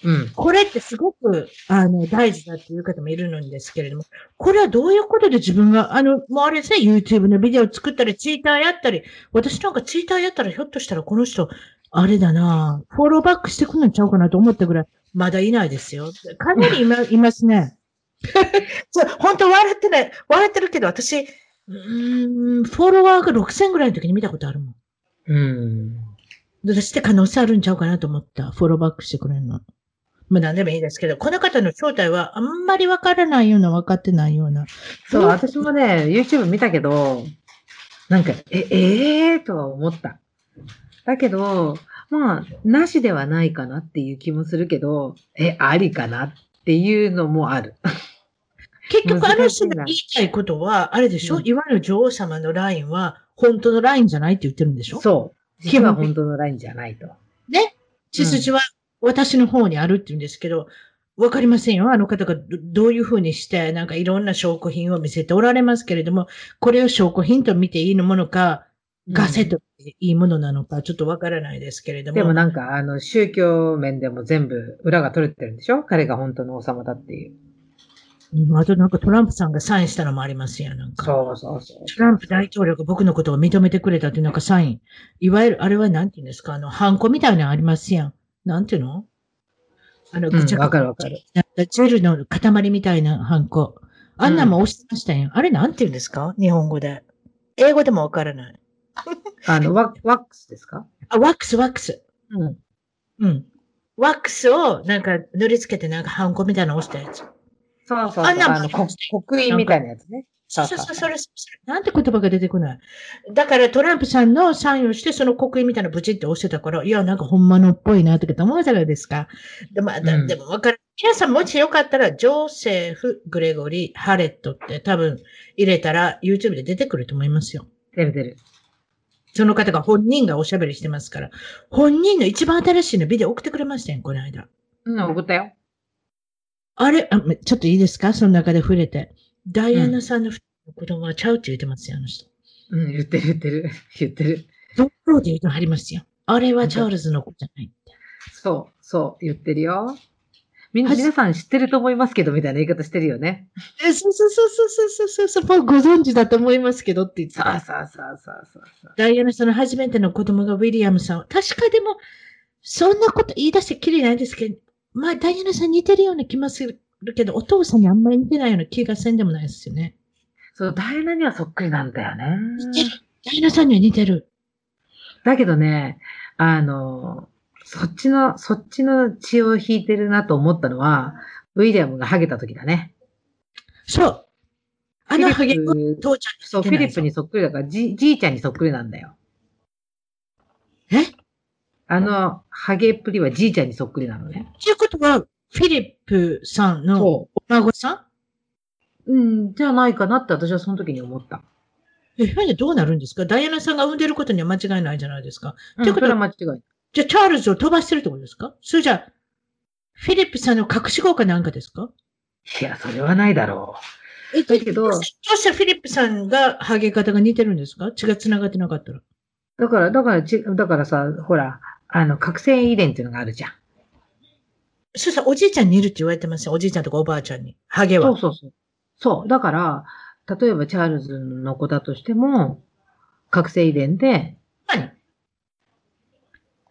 うん。これってすごく、あの、大事だっていう方もいるんですけれども、これはどういうことで自分が、あの、もうあれですね、YouTube のビデオ作ったり、ツイッターやったり、私なんかツイッターやったら、ひょっとしたらこの人、あれだなぁフォローバックしてくるんちゃうかなと思ったぐらい、まだいないですよ。かな [LAUGHS] りいま、いますね。そう、本当笑ってない、笑ってるけど、私、うーん、フォロワーが6000ぐらいの時に見たことあるもん。うん。私って可能性あるんちゃうかなと思った。フォローバックしてくれるの。まあ何でもいいですけど、この方の正体はあんまりわからないような、わかってないような。そう、私もね、YouTube 見たけど、なんか、え、ええー、とは思った。だけど、まあ、なしではないかなっていう気もするけど、え、ありかなっていうのもある。結局あの難し人いがな言いたいことは、あれでしょ、うんいわゆる女王様のラインは、本当のラインじゃないって言ってるんでしょそう。実は本当のラインじゃないと。血筋は私の方にあるって言うんですけど、わかりませんよ。あの方がどどういうふうにして、なんかいろんな証拠品を見せておられますけれども、これを証拠品と見ていいものか、ガセと見ていいものなのか、ちょっとわからないですけれども。でもなんか、あの、宗教面でも全部裏が取れてるんでしょ彼が本当の王様だっていう。うんあとなんかトランプさんがサインしたのもありますやん、なんか。そうそうそう。トランプ大統領が僕のことを認めてくれたっていうなんかサイン。いわゆる、あれはなんて言うんですかあの、ハンコみたいなのありますやん。なんていうのあの、うんぐちゃぐわちかゃるわかる。なったジェルの塊みたいなハンコ。あんなもん押してましたやん。あれなんて言うんですか日本語で。英語でもわからない。あの、ワワックスですかあ、ワックス、ワックス。うん。うん。ワックスをなんか塗りつけてなんかハンコみたいなの押したやつ。そうそうそう。あんなもんあの、こ刻印みたいなやつね。そそううそそうそう、うそれ、それなんて言葉が出てこない。だからトランプさんのサインをして、その刻印みたいなブチって押してたから、いや、なんかほんまのっぽいなとか思うじゃないですか。でも、まあだうんでもわかる。皆さんもしよかったら、ジョセフ・グレゴリー・ハレットって多分入れたら YouTube で出てくると思いますよ。出る出る。その方が本人がおしゃべりしてますから。本人の一番新しいのビデオ送ってくれましたよ、この間。うん、送ったよ。あれあちょっといいですかその中で触れて。ダイアナさんの子供はちゃうって言ってますよ、あの人。うん、言ってる言ってる。 [LAUGHS] 言ってる。ドクロで言うとありますよ。あれはチャールズの子じゃないって。そう、そう、言ってるよ。みんはな、じ皆さん知ってると思いますけど、みたいな言い方してるよね。え、そうそうそうそうそうそうそう、もうご存知だと思いますけどって言ってそうた。そうそうそうそうそう。ダイアナさんの初めての子供がウィリアムさんを。確かでも、そんなこと言い出してきりないですけど、まあダイアナさん似てるような気もするけど、お父さんにあんまり似てないような気がせんでもないですよね。そう、ダイアナにはそっくりなんだよね。似てる。ダイアナさんには似てる。だけどね、あの、そっちの、そっちの血を引いてるなと思ったのは、ウィリアムがハゲた時だね。そう。あのハゲフィリップ父ちそう、フィリップにそっくりだから、じ、じいちゃんにそっくりなんだよ。ゃん。えあの、ハゲっぷりはじいちゃんにそっくりなのね。ということは、フィリップさんのおそ孫さんう。うん、じゃないかなって私はその時に思った。え、変でどうなるんですかダイアナさんが産んでることには間違いないじゃないですか。うんということそれは間違いない。じゃあ、チャールズを飛ばしてるってことですかそれじゃあ、フィリップさんの隠し子かなんかですかいや、それはないだろう。え、だけど、どうしてフィリップさんがハゲ方が似てるんですか血が繋がってなかったら。だから、だからち、だからさ、ほら、あの、覚醒遺伝っていうのがあるじゃん。そうそう、おじいちゃんにいるって言われてますよ。おじいちゃんとかおばあちゃんに。ハゲそうは。そうそう。そう。だから、例えばチャールズの子だとしても、覚醒遺伝で、確かに。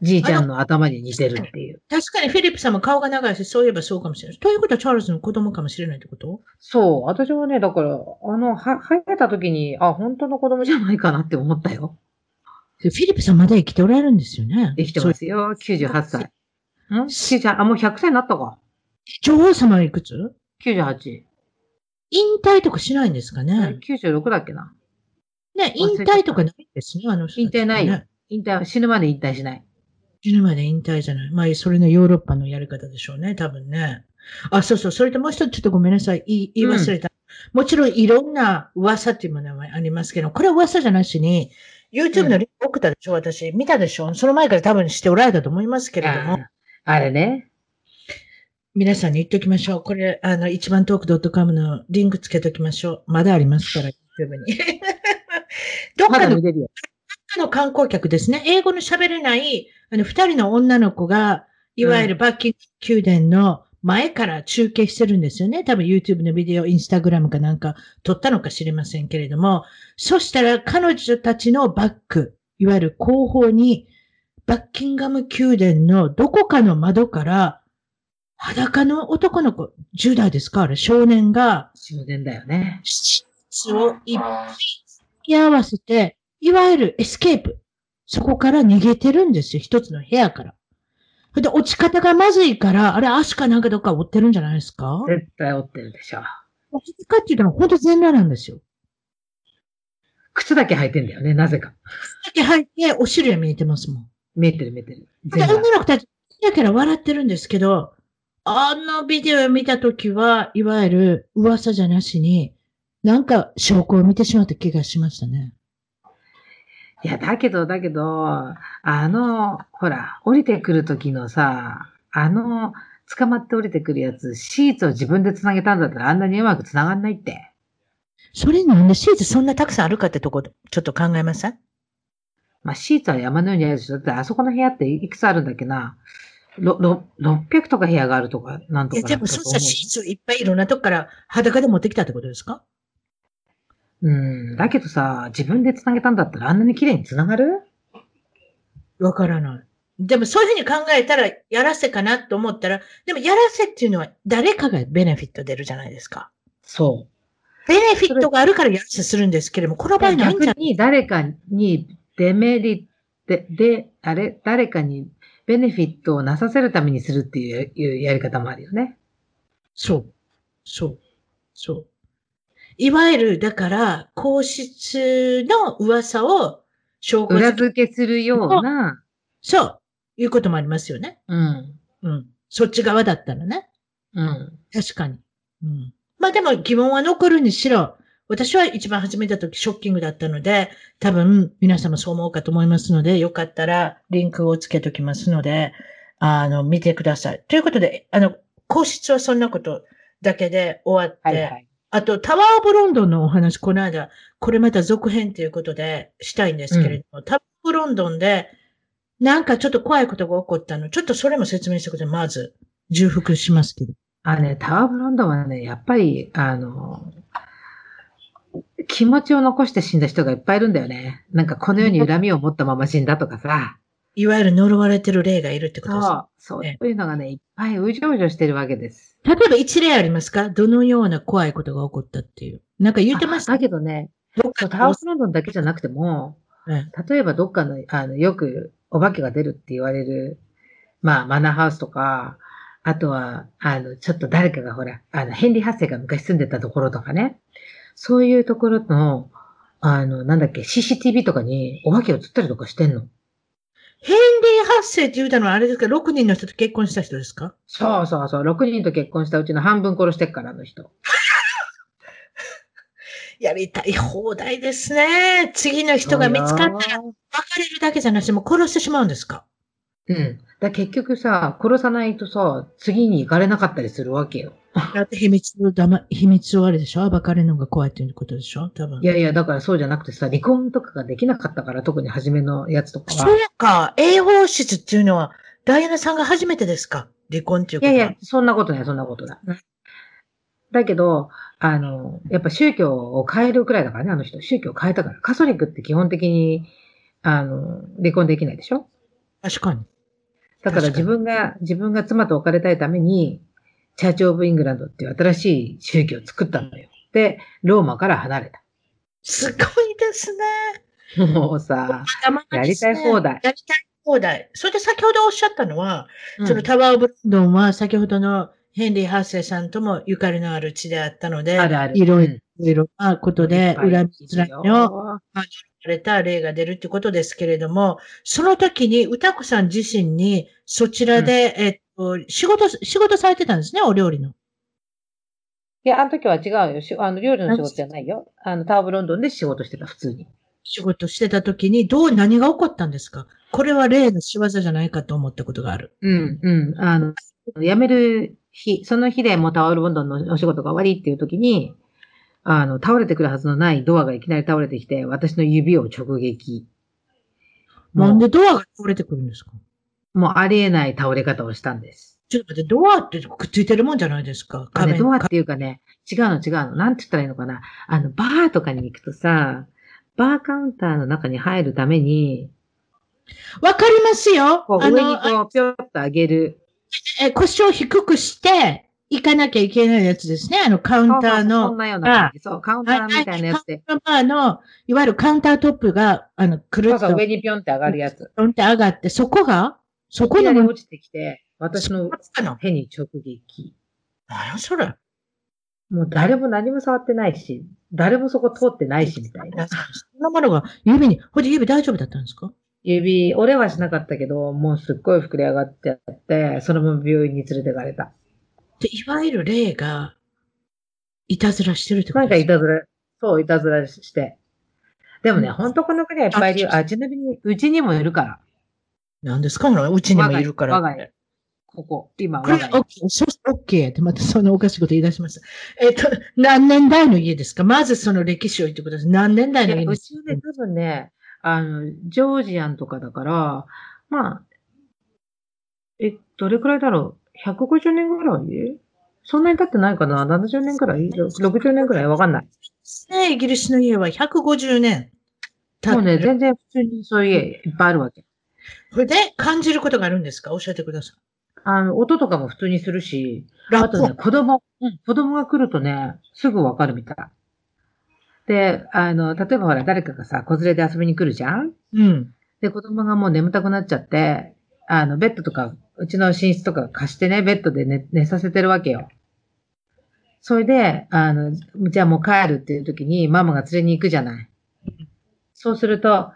じいちゃんの頭に似てるっていう。確かにフィリップさんも顔が長いし、そういえばそうかもしれない。ということはチャールズの子供かもしれないってことそう。私はね、だから、あの、は、生えた時に、あ、本当の子供じゃないかなって思ったよ。フィリップさんまだ生きておられるんですよね。できてそうますよ。98歳。ん ?98、あ、もう100歳になったか。女王様はいくつ98。引退とかしないんですかね。 96だっけな。ね、忘引れちゃった退とかないですね、あの人たちね引退ないよ。引退、死ぬまで引退しない。死ぬまで引退じゃない。まあ、それのヨーロッパのやり方でしょうね、多分ね。あ、そうそう。それともう一つ、ちょっとごめんなさい。言い言い忘れた。もちろんいろんな噂っていうものもありますけど、これは噂じゃなしに、YouTube のリンク送ったでしょ、私。見たでしょその前から多分しておられたと思いますけれども。ああれね。皆さんに言っておきましょう。これ、あの、一番トーク .com のリンクつけておきましょう。まだありますから、YouTube に。 [LAUGHS] どっまかだの見てるよ。の観光客ですね。英語の喋れない、あの、二人の女の子が、いわゆるバッキンガム宮殿の前から中継してるんですよね。多分 YouTube のビデオ、Instagram かなんか撮ったのか知りませんけれども。そしたら彼女たちのバック、いわゆる後方に、バッキンガム宮殿のどこかの窓から、裸の男の子、10代ですかあれ、少年が、終電だよね。シーツをいっ引き合わせて、いわゆるエスケープ。そこから逃げてるんですよ。一つの部屋から。それで、落ち方がまずいから、あれ、足かなんかどっか折ってるんじゃないですか絶対折ってるでしょ。落ちかって言ったら、ほんと全裸なんですよ。靴だけ履いてんだよね、なぜか。だけ入って、お尻が見えてますもん。見えてる見えてる。で、全部女の子たち、だから笑ってるんですけど、あのビデオを見たときは、いわゆる噂じゃなしに、なんか証拠を見てしまった気がしましたね。いや、だけど、だけど、あの、ほら、降りてくる時のさ、あの、捕まって降りてくるやつ、シーツを自分で繋げたんだったらあんなにうまく繋がんないって。それになんでシーズそんなたくさんあるかってとこ、ちょっと考えませんまあ、シーツは山のようにあるでしょ。だってあそこの部屋っていくつあるんだっけな。ろろ600とか部屋があるとか、なんとえ、かでなんとも、そかし思たらシーツいっぱいいろんなとこから裸で持ってきたってことですかう。うん。だけどさ、自分で繋げたんだったらあんなに綺麗に繋がるわからない。でも、そういうふうに考えたら、やらせかなと思ったら、でも、やらせっていうのは、誰かがベネフィット出るじゃないですか。そう。ベネフィットがあるからやらせするんですけれども、この場合ないんじゃ逆に誰かにデメリット、で、あれ、誰かにベネフィットをなさせるためにするっていういうやり方もあるよね。そう。そう。そう。いわゆる、だから、皇室の噂を証拠裏づけ付けするような、そう。いうこともありますよね。うん、うん。そっち側だったらね。うん、確かに。うん。まあでも疑問は残るにしろ、私は一番始めた時ショッキングだったので、多分皆様そう思うかと思いますので、よかったらリンクをつけときますので、あの、見てください。ということで、あの、皇室はそんなことだけで終わって、はいはい。あと、タワーオブロンドンのお話、この間、これまた続編ということでしたいんですけれども、タワーオブロンドンで、なんかちょっと怖いことが起こったの、ちょっとそれも説明してください。まず、重複しますけど。あのね、タワーブロンドンはね、やっぱり、あの、気持ちを残して死んだ人がいっぱいいるんだよね。なんかこの世に恨みを持ったまま死んだとかさ。いわゆる呪われてる霊がいるってことです。そう、そういうのがね、いっぱいうじょうじょしてるわけです。例えば一例ありますかどのような怖いことが起こったっていう。なんか言ってましたあだけどね、どっかそうタワのー。フロンドンだけじゃなくても、うん例えばどっかの、あの、よくお化けが出るって言われる、まあ、マナーハウスとか、あとは、あの、ちょっと誰かがほら、あの、ヘンリー・ハッセが昔住んでたところとかね、そういうところの、あの、なんだっけ、CCTV とかにお化け映ったりとかしてんの。ヘンリー発生って言うたのはあれですか ?6 人の人と結婚した人ですかそうそうそう、6人と結婚したうちの半分殺してっから、あの人。やりたい放題ですね。次の人が見つかったらそうよ別れるだけじゃなし、もう殺してしまうんですかうん。だ結局さ、殺さないとさ、次に行かれなかったりするわけよ。だって秘密をだま、秘密をあれでしょ暴かれるのが怖いっていうことでしょ多分。いやいや、だからそうじゃなくてさ、離婚とかができなかったから、特に初めのやつとかそうは。か。英法室っていうのは、ダイアナさんが初めてですか離婚っていういことやは。いや、そんなことない、そんなことない。だけど、あの、やっぱ宗教を変えるくらいだからね、あの人。宗教を変えたから。カソリックって基本的に、あの、離婚できないでしょ確かに。だから確かに自分が、自分が妻と別れたいために、チャーチ・オブ・イングランドっていう新しい宗教を作ったんだよ。で、ローマから離れすごいですね。た。もうさ、やりたい放題やりたい放題。それで先ほどおっしゃったのは、うんそのタワーオブロンドンは先ほどのヘンリー・ハッセイさんともゆかりのある地であったので、あるある。いろいろうんいろいろなことで、恨みつらみを、された例が出るってことですけれども、その時に歌子さん自身にそちらで、えっと、仕事、仕事されてたんですね、お料理の。いや、あの時は違うよ。しあの、料理の仕事じゃないよ。あの、タワーブロンドンで仕事してた、普通に。仕事してた時に、どう、何が起こったんですかこれは例の仕業じゃないかと思ったことがある。うん、うん。あの、辞める日、その日でもうタワーブロンドンのお仕事が終わりっていう時に、あの、倒れてくるはずのないドアがいきなり倒れてきて、私の指を直撃。もうなんでドアが倒れてくるんですかもうありえない倒れ方をしたんです。ちょっと待って、ドアってくっついてるもんじゃないですかあ壁れにドアっていうかね、違うの違うの。なんて言ったらいいのかな。あの、バーとかに行くとさ、バーカウンターの中に入るために、わかりますよこうあ上にの、こう、ぴょっと上げる。え、腰を低くして、行かなきゃいけないやつですね。あの、カウンターそんの、なような感じ。そう、カウンターみたいなやつで、まあの、いわゆるカウンタートップが、あの、くるそうっと、そうド上にぴょんって上がるやつ。ンって上がって、そこが、そこここのにもの落ちてきて、私のあの、手に直撃。何それ。もう誰も何も触ってないし、誰もそこ通ってないし、みたいな。そのものが指に、ほんで指大丈夫だったんですか指、折れはしなかったけど、もうすっごい膨れ上がっちゃって、そのまま病院に連れてかれた。で、いわゆる霊が、いたずらしてるってこなとんかですいかたずら、そう、いたずらして。でもね、うんほんとこの国はいっぱいいるよ。あ、ちなみに、うちにもいるから。何ですかこのうちにもいるから。我が家我が家ここ、今、これ、我が家 OK、そう OK って、またそんなおかしいこと言い出しました。えっと、何年代の家ですかまずその歴史を言ってください。何年代のい家やでうすちはね、多分ね、あの、ジョージアンとかだから、まあ、え、どれくらいだろう ?150 年ぐらいそんなに経ってないかな ?70 年くらい ?60 年くらいわかんない。かねイギリスの家は150年経もっうてね、る。全然普通にそういう家いっぱいあるわけ。それで感じることがあるんですか教えてください。あの、音とかも普通にするし、ラあップとね、子供、うん、子供が来るとね、すぐわかるみたい。で、あの、例えばほら、誰かがさ、子連れで遊びに来るじゃんうん。で、子供がもう眠たくなっちゃって、あの、ベッドとか、うちの寝室とか貸してね、ベッドで寝寝させてるわけよ。それで、あの、じゃあもう帰るっていう時にママが連れに行くじゃない。そうすると、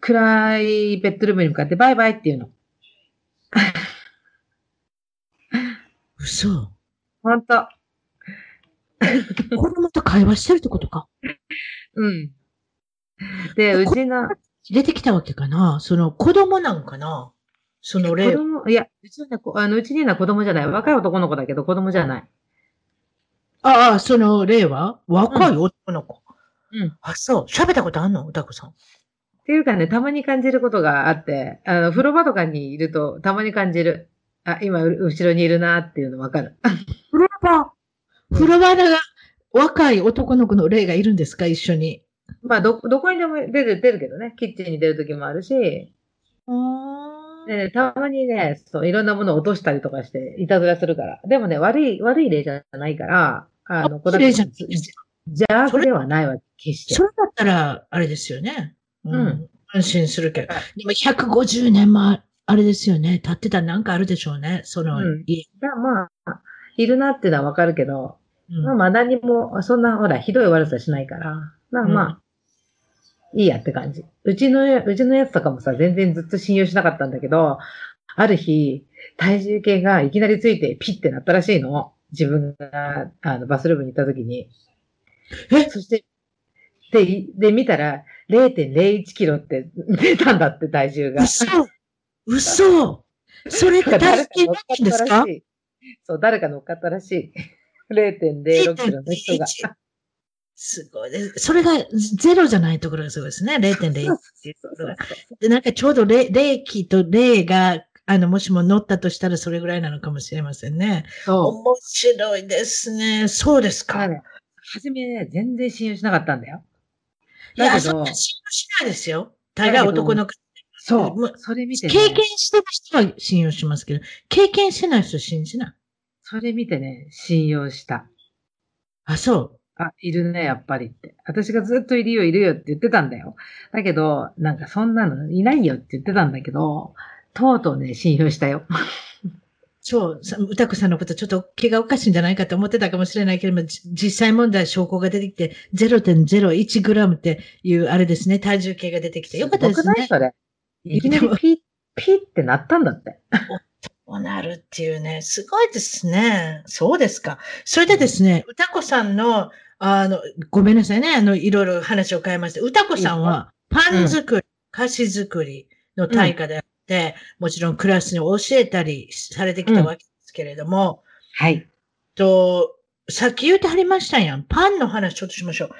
暗いベッドルームに向かってバイバイって言うの。嘘。ほんと。子供と会話してるってことか。うん。で、うちの、出てきたわけかなその子供なんかなその子霊。供、いや、うちのね、こあの、うちには子供じゃない。若い男の子だけど子供じゃない。ああ、その霊は若い男の子。うん。あ、そう。喋ったことあんの歌子さん。っていうかね、たまに感じることがあって、あの、風呂場とかにいると、たまに感じる。あ、今、う後ろにいるなっていうのわかる。 [LAUGHS] フロバ。フロバが若い男の子の霊がいるんですか一緒に。まあ、ど、どこにでも出る、出るけどね。キッチンに出る時もあるし、でねたまにね、そう、いろんなものを落としたりとかして、いたずらするから。でもね、悪い、悪い例じゃないから、あの、こ霊じゃん。邪悪ではないわけ、決してそ。れだったら、あれですよね。ううんん。安心するけど。でも150年もああれですよね。立ってたらなんかあるでしょうね。そのうん家。だからまあ、いるなっていうのはわかるけど、うんまあ、まあ何も、そんな、ほら、ひどい悪さしないから、まあまあ、いいやって感じ。うちのや、うちのやつとかもさ、全然ずっと信用しなかったんだけど、ある日、体重計がいきなりついてピッてなったらしいの。自分が、あの、バスルームに行った時に。えそして、で、いで、見たら、0.01キロって出たんだって、体重が。 [LAUGHS] 嘘嘘それって体験なんですかいそう、誰か乗っかったらしい。0.06キロの人が。 0.01すごいです。それがゼロじゃないところがすごいですね。0.01っていうそうとこそろが。うで、なんかちょうどれ0期と0が、あの、もしも乗ったとしたらそれぐらいなのかもしれませんね。そう。面白いですね。そうですだからか。ね、初めね、全然信用しなかったんだよ。いや、だけそんどな、信用しないですよ。大概男の方。そもうう。それ見て経ね、験してる人は信用しますけど、経験してない人は信じない。それ見てね、信用した。あ、そう。あ、いるね、やっぱりって。私がずっといるよ、いるよって言ってたんだよ。だけど、なんかそんなのいないよって言ってたんだけど、とうとうね、信用したよ。そう、さ歌子さんのことちょっと気がおかしいんじゃないかと思ってたかもしれないけれども、じ実際問題証拠が出てきて、0.01グラムっていうあれですね、体重計が出てきて。よかったですごくないね。それ。いきなりピッ、ピッってなったんだって。そうなるっていうね、すごいですね。そうですか。それでですね、歌子さんの、あの、ごめんなさいね、あの、いろいろ話を変えまして、歌子さんはパン作り、菓子作りの対価であって、もちろんクラスに教えたりされてきたわけですけれども、はい。と、さっき言ってはりましたやん。パンの話ちょっとしましょう。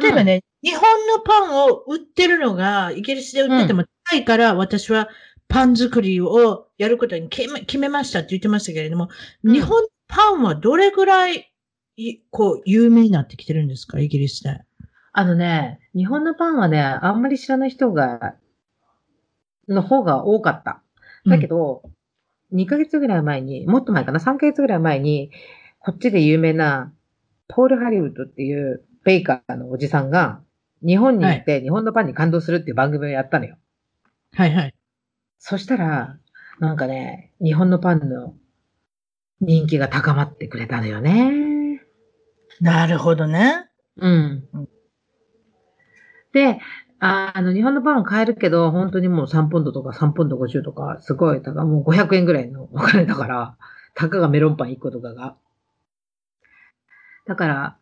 例えばね、日本のパンを売ってるのが、イギリスで売ってても高いから、私はパン作りをやることに決め決めましたって言ってましたけれども、うん日本のパンはどれぐらい、いこう、有名になってきてるんですかイギリスで。あのね、日本のパンはね、あんまり知らない人が、の方が多かった。だけど、ど、2ヶ月ぐらい前に、もっと前かな、3ヶ月ぐらい前に、こっちで有名な、ポール・ハリウッドっていうベイカーのおじさんが、日本に行って日本のパンに感動するっていう番組をやったのよ。はいはい。そしたら、なんかね、日本のパンの人気が高まってくれたのよね。なるほどね。うん。で、ああの、日本のパンは買えるけど、本当にもう3ポンドとか3ポンド50とか、すごい高い、もう500円ぐらいのお [LAUGHS] 金だから、たかがメロンパン1個とかが。だから、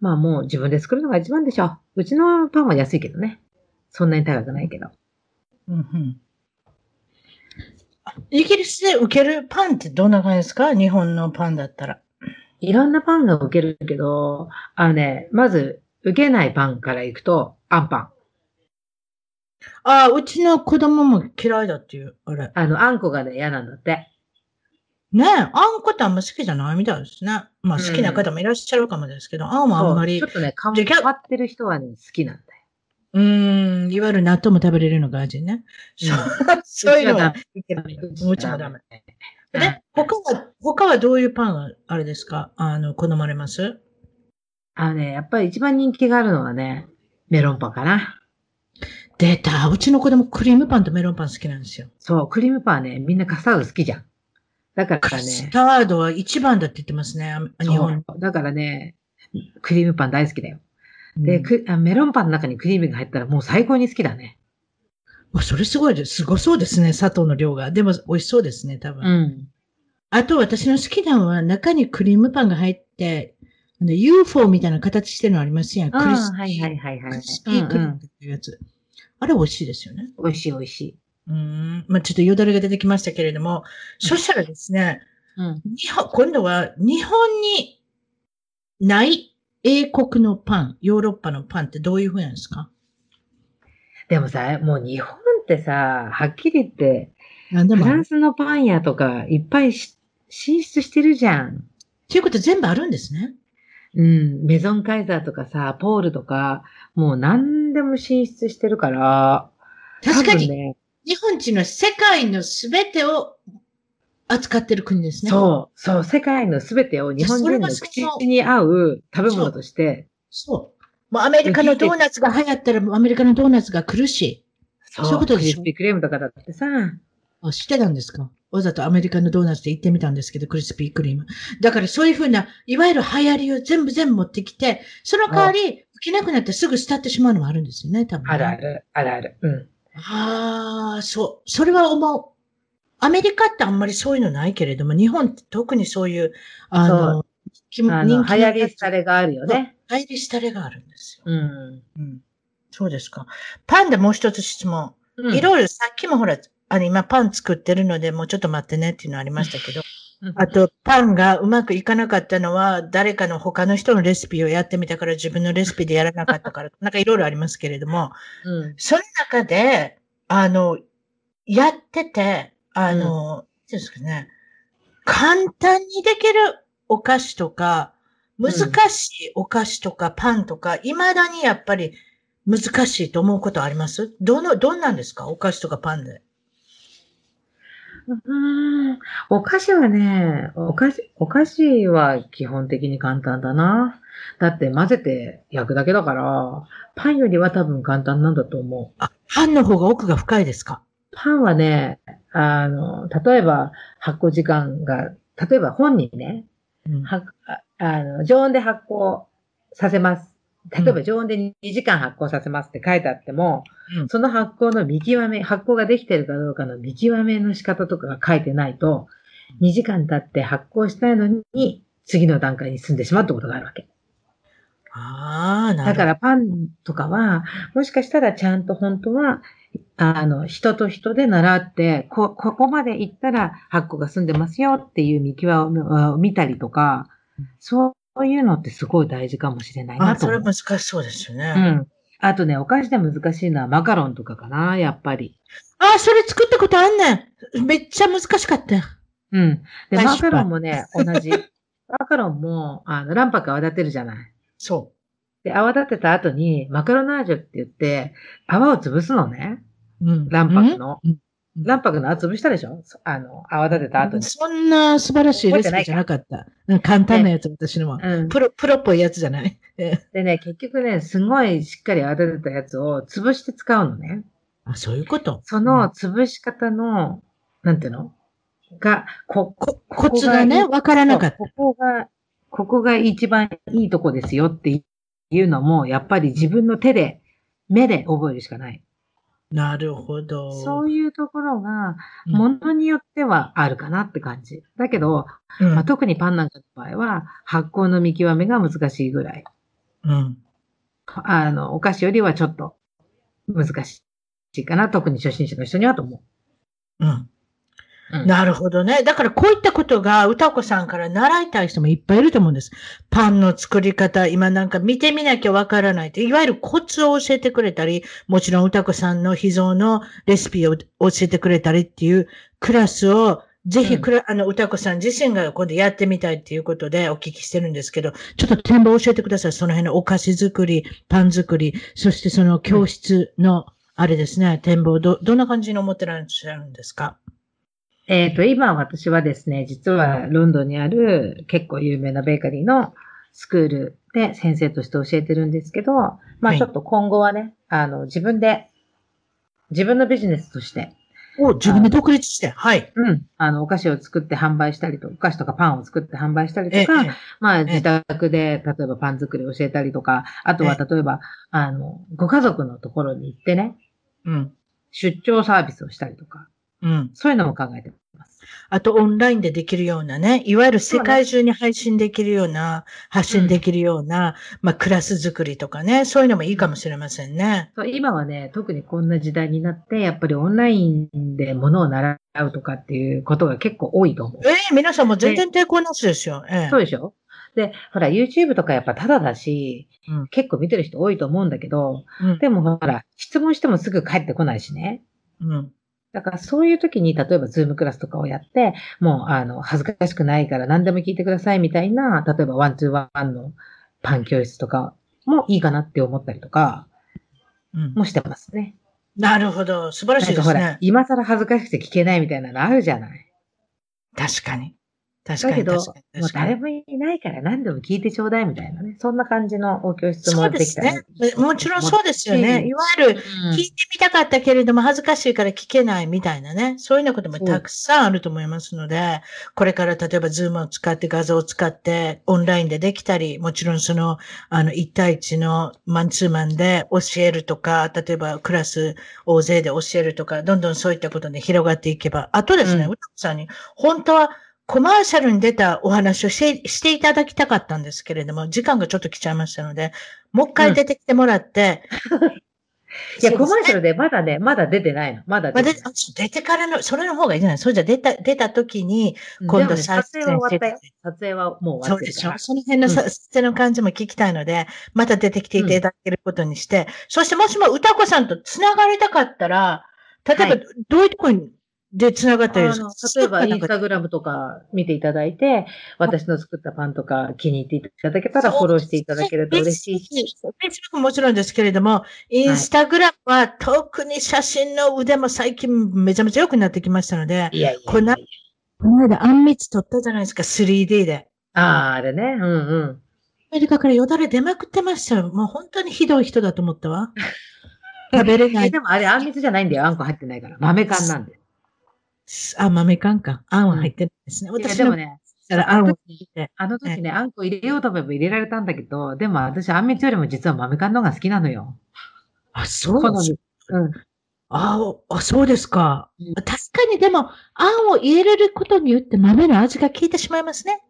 まあもう自分で作るのが一番でしょ。うちのパンは安いけどね。そんなに高くないけど。うんうんイギリスで受けるパンってどんな感じですか日本のパンだったら。いろんなパンが受けるけど、あのね、まず、受けないパンから行くと、アンパン。ああ、うちの子供も嫌いだっていう、あれ。あの、あんこがね、嫌なんだって。ねえ、あんこってあんま好きじゃないみたいですね。まあうん好きな方もいらっしゃるかもですけど、あんはあんまり、そううちょっとね、変じゃあわってる人はね、好きなんだよ。ーん、いわゆる納豆も食べれるのが味ね。そう [LAUGHS] そういうのはうけないようちもダメ。うんで、他は、他はどういうパンがあれですかあの、好まれますあのね、やっぱり一番人気があるのはね、メロンパンかな。出た。うちの子供クリームパンとメロンパン好きなんですよ。そう、クリームパンはね、みんなカスタード好きじゃん。だかカらスね、タードは一番だって言ってますね。あ日本。そうだからね、クリームパン大好きだよ。で、うんくあメロンパンの中にクリームが入ったらもう最高に好きだね。わそれすごいです。すごそうですね。砂糖の量が。でも美味しそうですね、多分。ん。あと私の好きなのは中にクリームパンが入って、あの UFO みたいな形してるのありますやん。ああクリスピー、はいはいはいはい。クリスピークリーうんうムんっていうやつ。あれ美味しいですよね。美味しい美味しい。うん。まあ、ちょっとよだれが出てきましたけれども、そしたらですね、うん。日本、今度は日本にない英国のパン、ヨーロッパのパンってどういう風なんですかでもさ、もう日本ってさ、はっきり言って、何でフもあラる。っンスのパン屋とかいっぱいし進出してるじゃん。ていうこと全部あるんですね。うん。メゾンカイザーとかさ、ポールとか、もう何でも進出してるから。確かに、多分ね。日本人は世界の全てを扱ってる国ですね。そう、そう、世界のすべてを日本人の口に合う食べ物として、そう。もうアメリカのドーナツが流行ったら、もうアメリカのドーナツが来るし、そそういうことクでリしょスピークレームとかだってさ、あ知ってたんですかわざとアメリカのドーナツで行ってみたんですけど、クリスピークリーム。だからそういうふうな、いわゆる流行りを全部全部持ってきて、その代わり、起きなくなってすぐ慕ってしまうのもあるんですよね、多分、あるあ。る、あるある。うん。ああ、そう。それは思う。アメリカってあんまりそういうのないけれども、日本って特にそういう、あの、人気あの、人気の流行り廃れがあるよね。流行り廃れがあるんですよ。うん。うんそうですか。パンでもう一つ質問。うん [LAUGHS] いろいろさっきもほら、あの今パン作ってるのでもうちょっと待ってねっていうのありましたけど、あと、パンがうまくいかなかったのは、誰かの他の人のレシピをやってみたから自分のレシピでやらなかったから、なんかいろいろありますけれども、うん。その中で、あの、やってて、あの、なんていうんですかね、簡単にできるお菓子とか、ん難しいお菓子とかパンとか、未だにやっぱり難しいと思うことありますどの、どんなんですかお菓子とかパンで。うん。お菓子はね、お菓子、お菓子は基本的に簡単だな。だって混ぜて焼くだけだから、パンよりは多分簡単なんだと思う。あ、パンの方が奥が深いですかパンはね、あの、例えば発酵時間が、例えば本にね、うんはああの常温で発酵させます。例えうば常温で2時間発酵させますって書いてあっても、うんその発酵の見極め、発酵ができてるかどうかの見極めの仕方とかが書いてないと、2時間経って発酵したいのに、次の段階に進んでしまうってことがあるわけ。ああ、なるだほど。からパンとかは、もしかしたらちゃんと本当は、あの、人と人で習って、こ、ここまで行ったら発酵が済んでますよっていう見極めを見たりとか、そういうのってすごい大事かもしれないなあとそ思れう。難しそうですよね。うあん。あとね、お菓子で難しいのはマカロンとかかな、やっぱり。あ、それ作ったことあんねん。めっちゃ難しかったよ。うん。で、大失敗マカロンもね、同 [LAUGHS] じ。マカロンも、あの、卵白泡立てるじゃない。そで、泡立てた後に、マカロナージュって言って、泡を潰すのね。う。うん卵白のうん。卵白の厚ぶしたでしょそあの、泡立てた後に。そんな素晴らしいレシピじゃなかった。うん簡単なやつ、私のは。うん。プロ、プロっぽいやつじゃない。でね、結局ね、すごいしっかり泡立てたやつを潰して使うのね。あ、そういうこと。その潰し方の、なんていうのが、こ、こ、コツがね、ここわからなかった。ここが、ここが一番いいとこですよっていうのも、やっぱり自分の手で、目で覚えるしかない。なるほど。そういうところが、うんものによってはあるかなって感じ。だけど、うんまあ、特にパンなんかの場合は、発酵の見極めが難しいぐらい。うん。あの、お菓子よりはちょっと難しいかな。特に初心者の人にはと思うん。うんなるほどね。だからこういったことが歌子さんから習いたい人もいっぱいいると思うんです。パンの作り方、今なんか見てみなきゃわからないって、いわゆるコツを教えてくれたり、もちろん歌子さんの秘蔵のレシピを教えてくれたりっていうクラスを、ぜひクラ、あの、歌子さん自身が今度やってみたいっていうことでお聞きしてるんですけど、ちょっと展望教えてください。その辺のお菓子作り、パン作り、そしてその教室の、あれですね、展望、ど、どんな感じに思ってらっしゃるんですかう。えっ、と、今私はですね、実はロンドンにある結構有名なベーカリーのスクールで先生として教えてるんですけど、まはあいちょっと今後はね、あの、自分で、自分のビジネスとして、お、自分で独立して、はい。うん、あの、お菓子を作って販売したりとか、お菓子とかパンを作って販売したりええとか、えまあ、自宅で、例えばパン作りを教えたりとか、あとは例えば、あの、ご家族のところに行ってね、うん。出張サービスをしたりとか、うん。そういうのも考えてます。あと、オンラインでできるようなね、いわゆる世界中に配信できるような、発信できるような、まあ、クラス作りとかね、そういうのもいいかもしれませんね。そう今はね、特にこんな時代になって、やっぱりオンラインで物を習うとかっていうことが結構多いと思う。ええ皆さんも全然抵抗なしですよ。ええそうでしょで、ほら、YouTube とかやっぱタダだし、うん結構見てる人多いと思うんだけど、うんでもほら、質問してもすぐ帰ってこないしね。うん。だからそういう時に、例えばズームクラスとかをやって、もう、あの、恥ずかしくないから何でも聞いてくださいみたいな、例えばワンツーワンのパン教室とかもいいかなって思ったりとかうん。もしてますね。なるほど。素晴らなしんいでかほすらね、。今更恥ずかしくて聞けないみたいなのあるじゃない。確かに。確かだけに。ど、も確かにう確か誰にもいないから何でも聞いてちょうだいみたいなね。そんな感じのお教室そもうでできすたらね。もちろんそうですよね。いわゆる、聞いてみたかったけれども、恥ずかしいから聞けないみたいなね。そういうようなこともたくさんあると思いますので、これから例えばズームを使って画像を使ってオンラインでできたり、もちろんその、あの、1対1のマンツーマンで教えるとか、例えばクラス大勢で教えるとか、どんどんそういったことで広がっていけば、あとですね、うんうた、こさんに、本当はコマーシャルに出たお話をしてしていただきたかったんですけれども、時間がちょっと来ちゃいましたので、もう一回出てきてもらって、いや、コマーシャルでまだね、まだ出てないの。まだまあ、出でてなあい。そう出てからの、それの方がいいじゃないそれじゃ出た、出た時に、今度でもねさ撮影は終わったよ。撮影はもう終そわっうでてるしかょら。その辺のさ、捨ての感じも聞きたいので、また出てきていただけることにして、そしてもしも歌子さんと繋がりたかったら、例えば、はいどういうとこにで繋がったらいいあですのか例えば、インスかタグラムとか見ていただいて、私の作ったパンとか気に入っていただけたらフォローしていただけると嬉しいし、 Facebook ももちろんですけれども、インスタグラムは特に写真の腕も最近めちゃめちゃ良くなってきましたので、いやいやいこんなやこの間、あんみつ撮ったじゃないですか、3D で。ああ、あれね。うんうん。アメリカからよだれ出まくってましたよ。もう本当にひどい人だと思ったわ。 [LAUGHS] 食べれなえい。でもあれ、あんみつじゃないんだよ。あんこ入ってないから。豆缶なんで。あ、豆缶か。あんは入ってないですね。いや、私でものね、からあんを入れて。あの時ね、あんこ入れようと思えば入れられたんだけど、でも私、あんみつよりも実は豆缶の方が好きなのよ。あ、そ好うみ。うん。あおあ、そうですかうん。確かにでも、あんを入れれることによって豆の味が効いてしまいますね。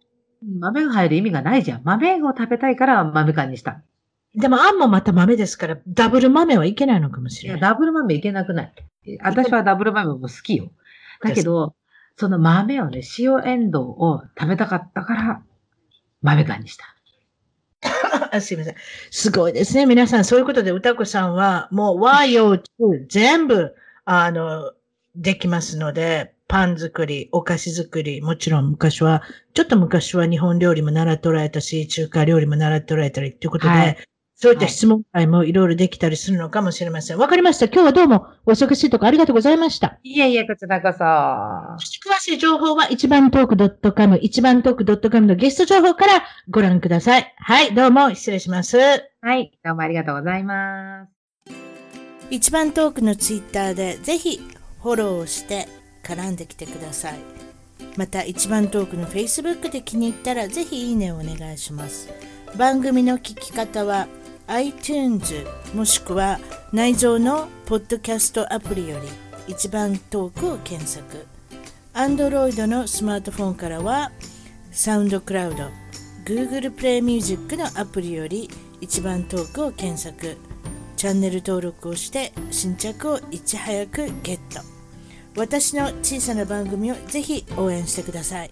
豆が入る意味がないじゃん。豆を食べたいから豆缶にした。でも、あんもまた豆ですから、ダブル豆はいけないのかもしいれや、ない。ダブル豆いけなくない。私はダブル豆も好きよ。だけど、その豆をね、塩エンドウを食べたかったから、豆缶にした。あすいません。すごいですね。皆さん、そういうことで、歌子さんは、もう、和洋中、全部、あの、できますので、パン作り、お菓子作り、もちろん昔は、ちょっと昔は日本料理も習っておられたし、中華料理も習っておられたりっていうことで、はいそういった質問会もいろいろできたりするのかもしれません。わかりました。今日はどうもお忙しいとこありがとうございました。いやいや、こちらこそ。詳しい情報は一番トーク .com、一番トーク .com のゲスト情報からご覧ください。はい、どうも失礼します。はい、どうもありがとうございます。一番トークのツイッターでぜひフォローして絡んできてくださいまた一番トークの Facebook で気に入ったらぜひいいねをお願いします番組の聞き方は iTunes もしくは内蔵のポッドキャストアプリより一番トークを検索 Android のスマートフォンからはサウンドクラウド Google プレイミュージックのアプリより一番トークを検索チャンネル登録をして新着をいち早くゲット私の小さな番組をぜひ応援してください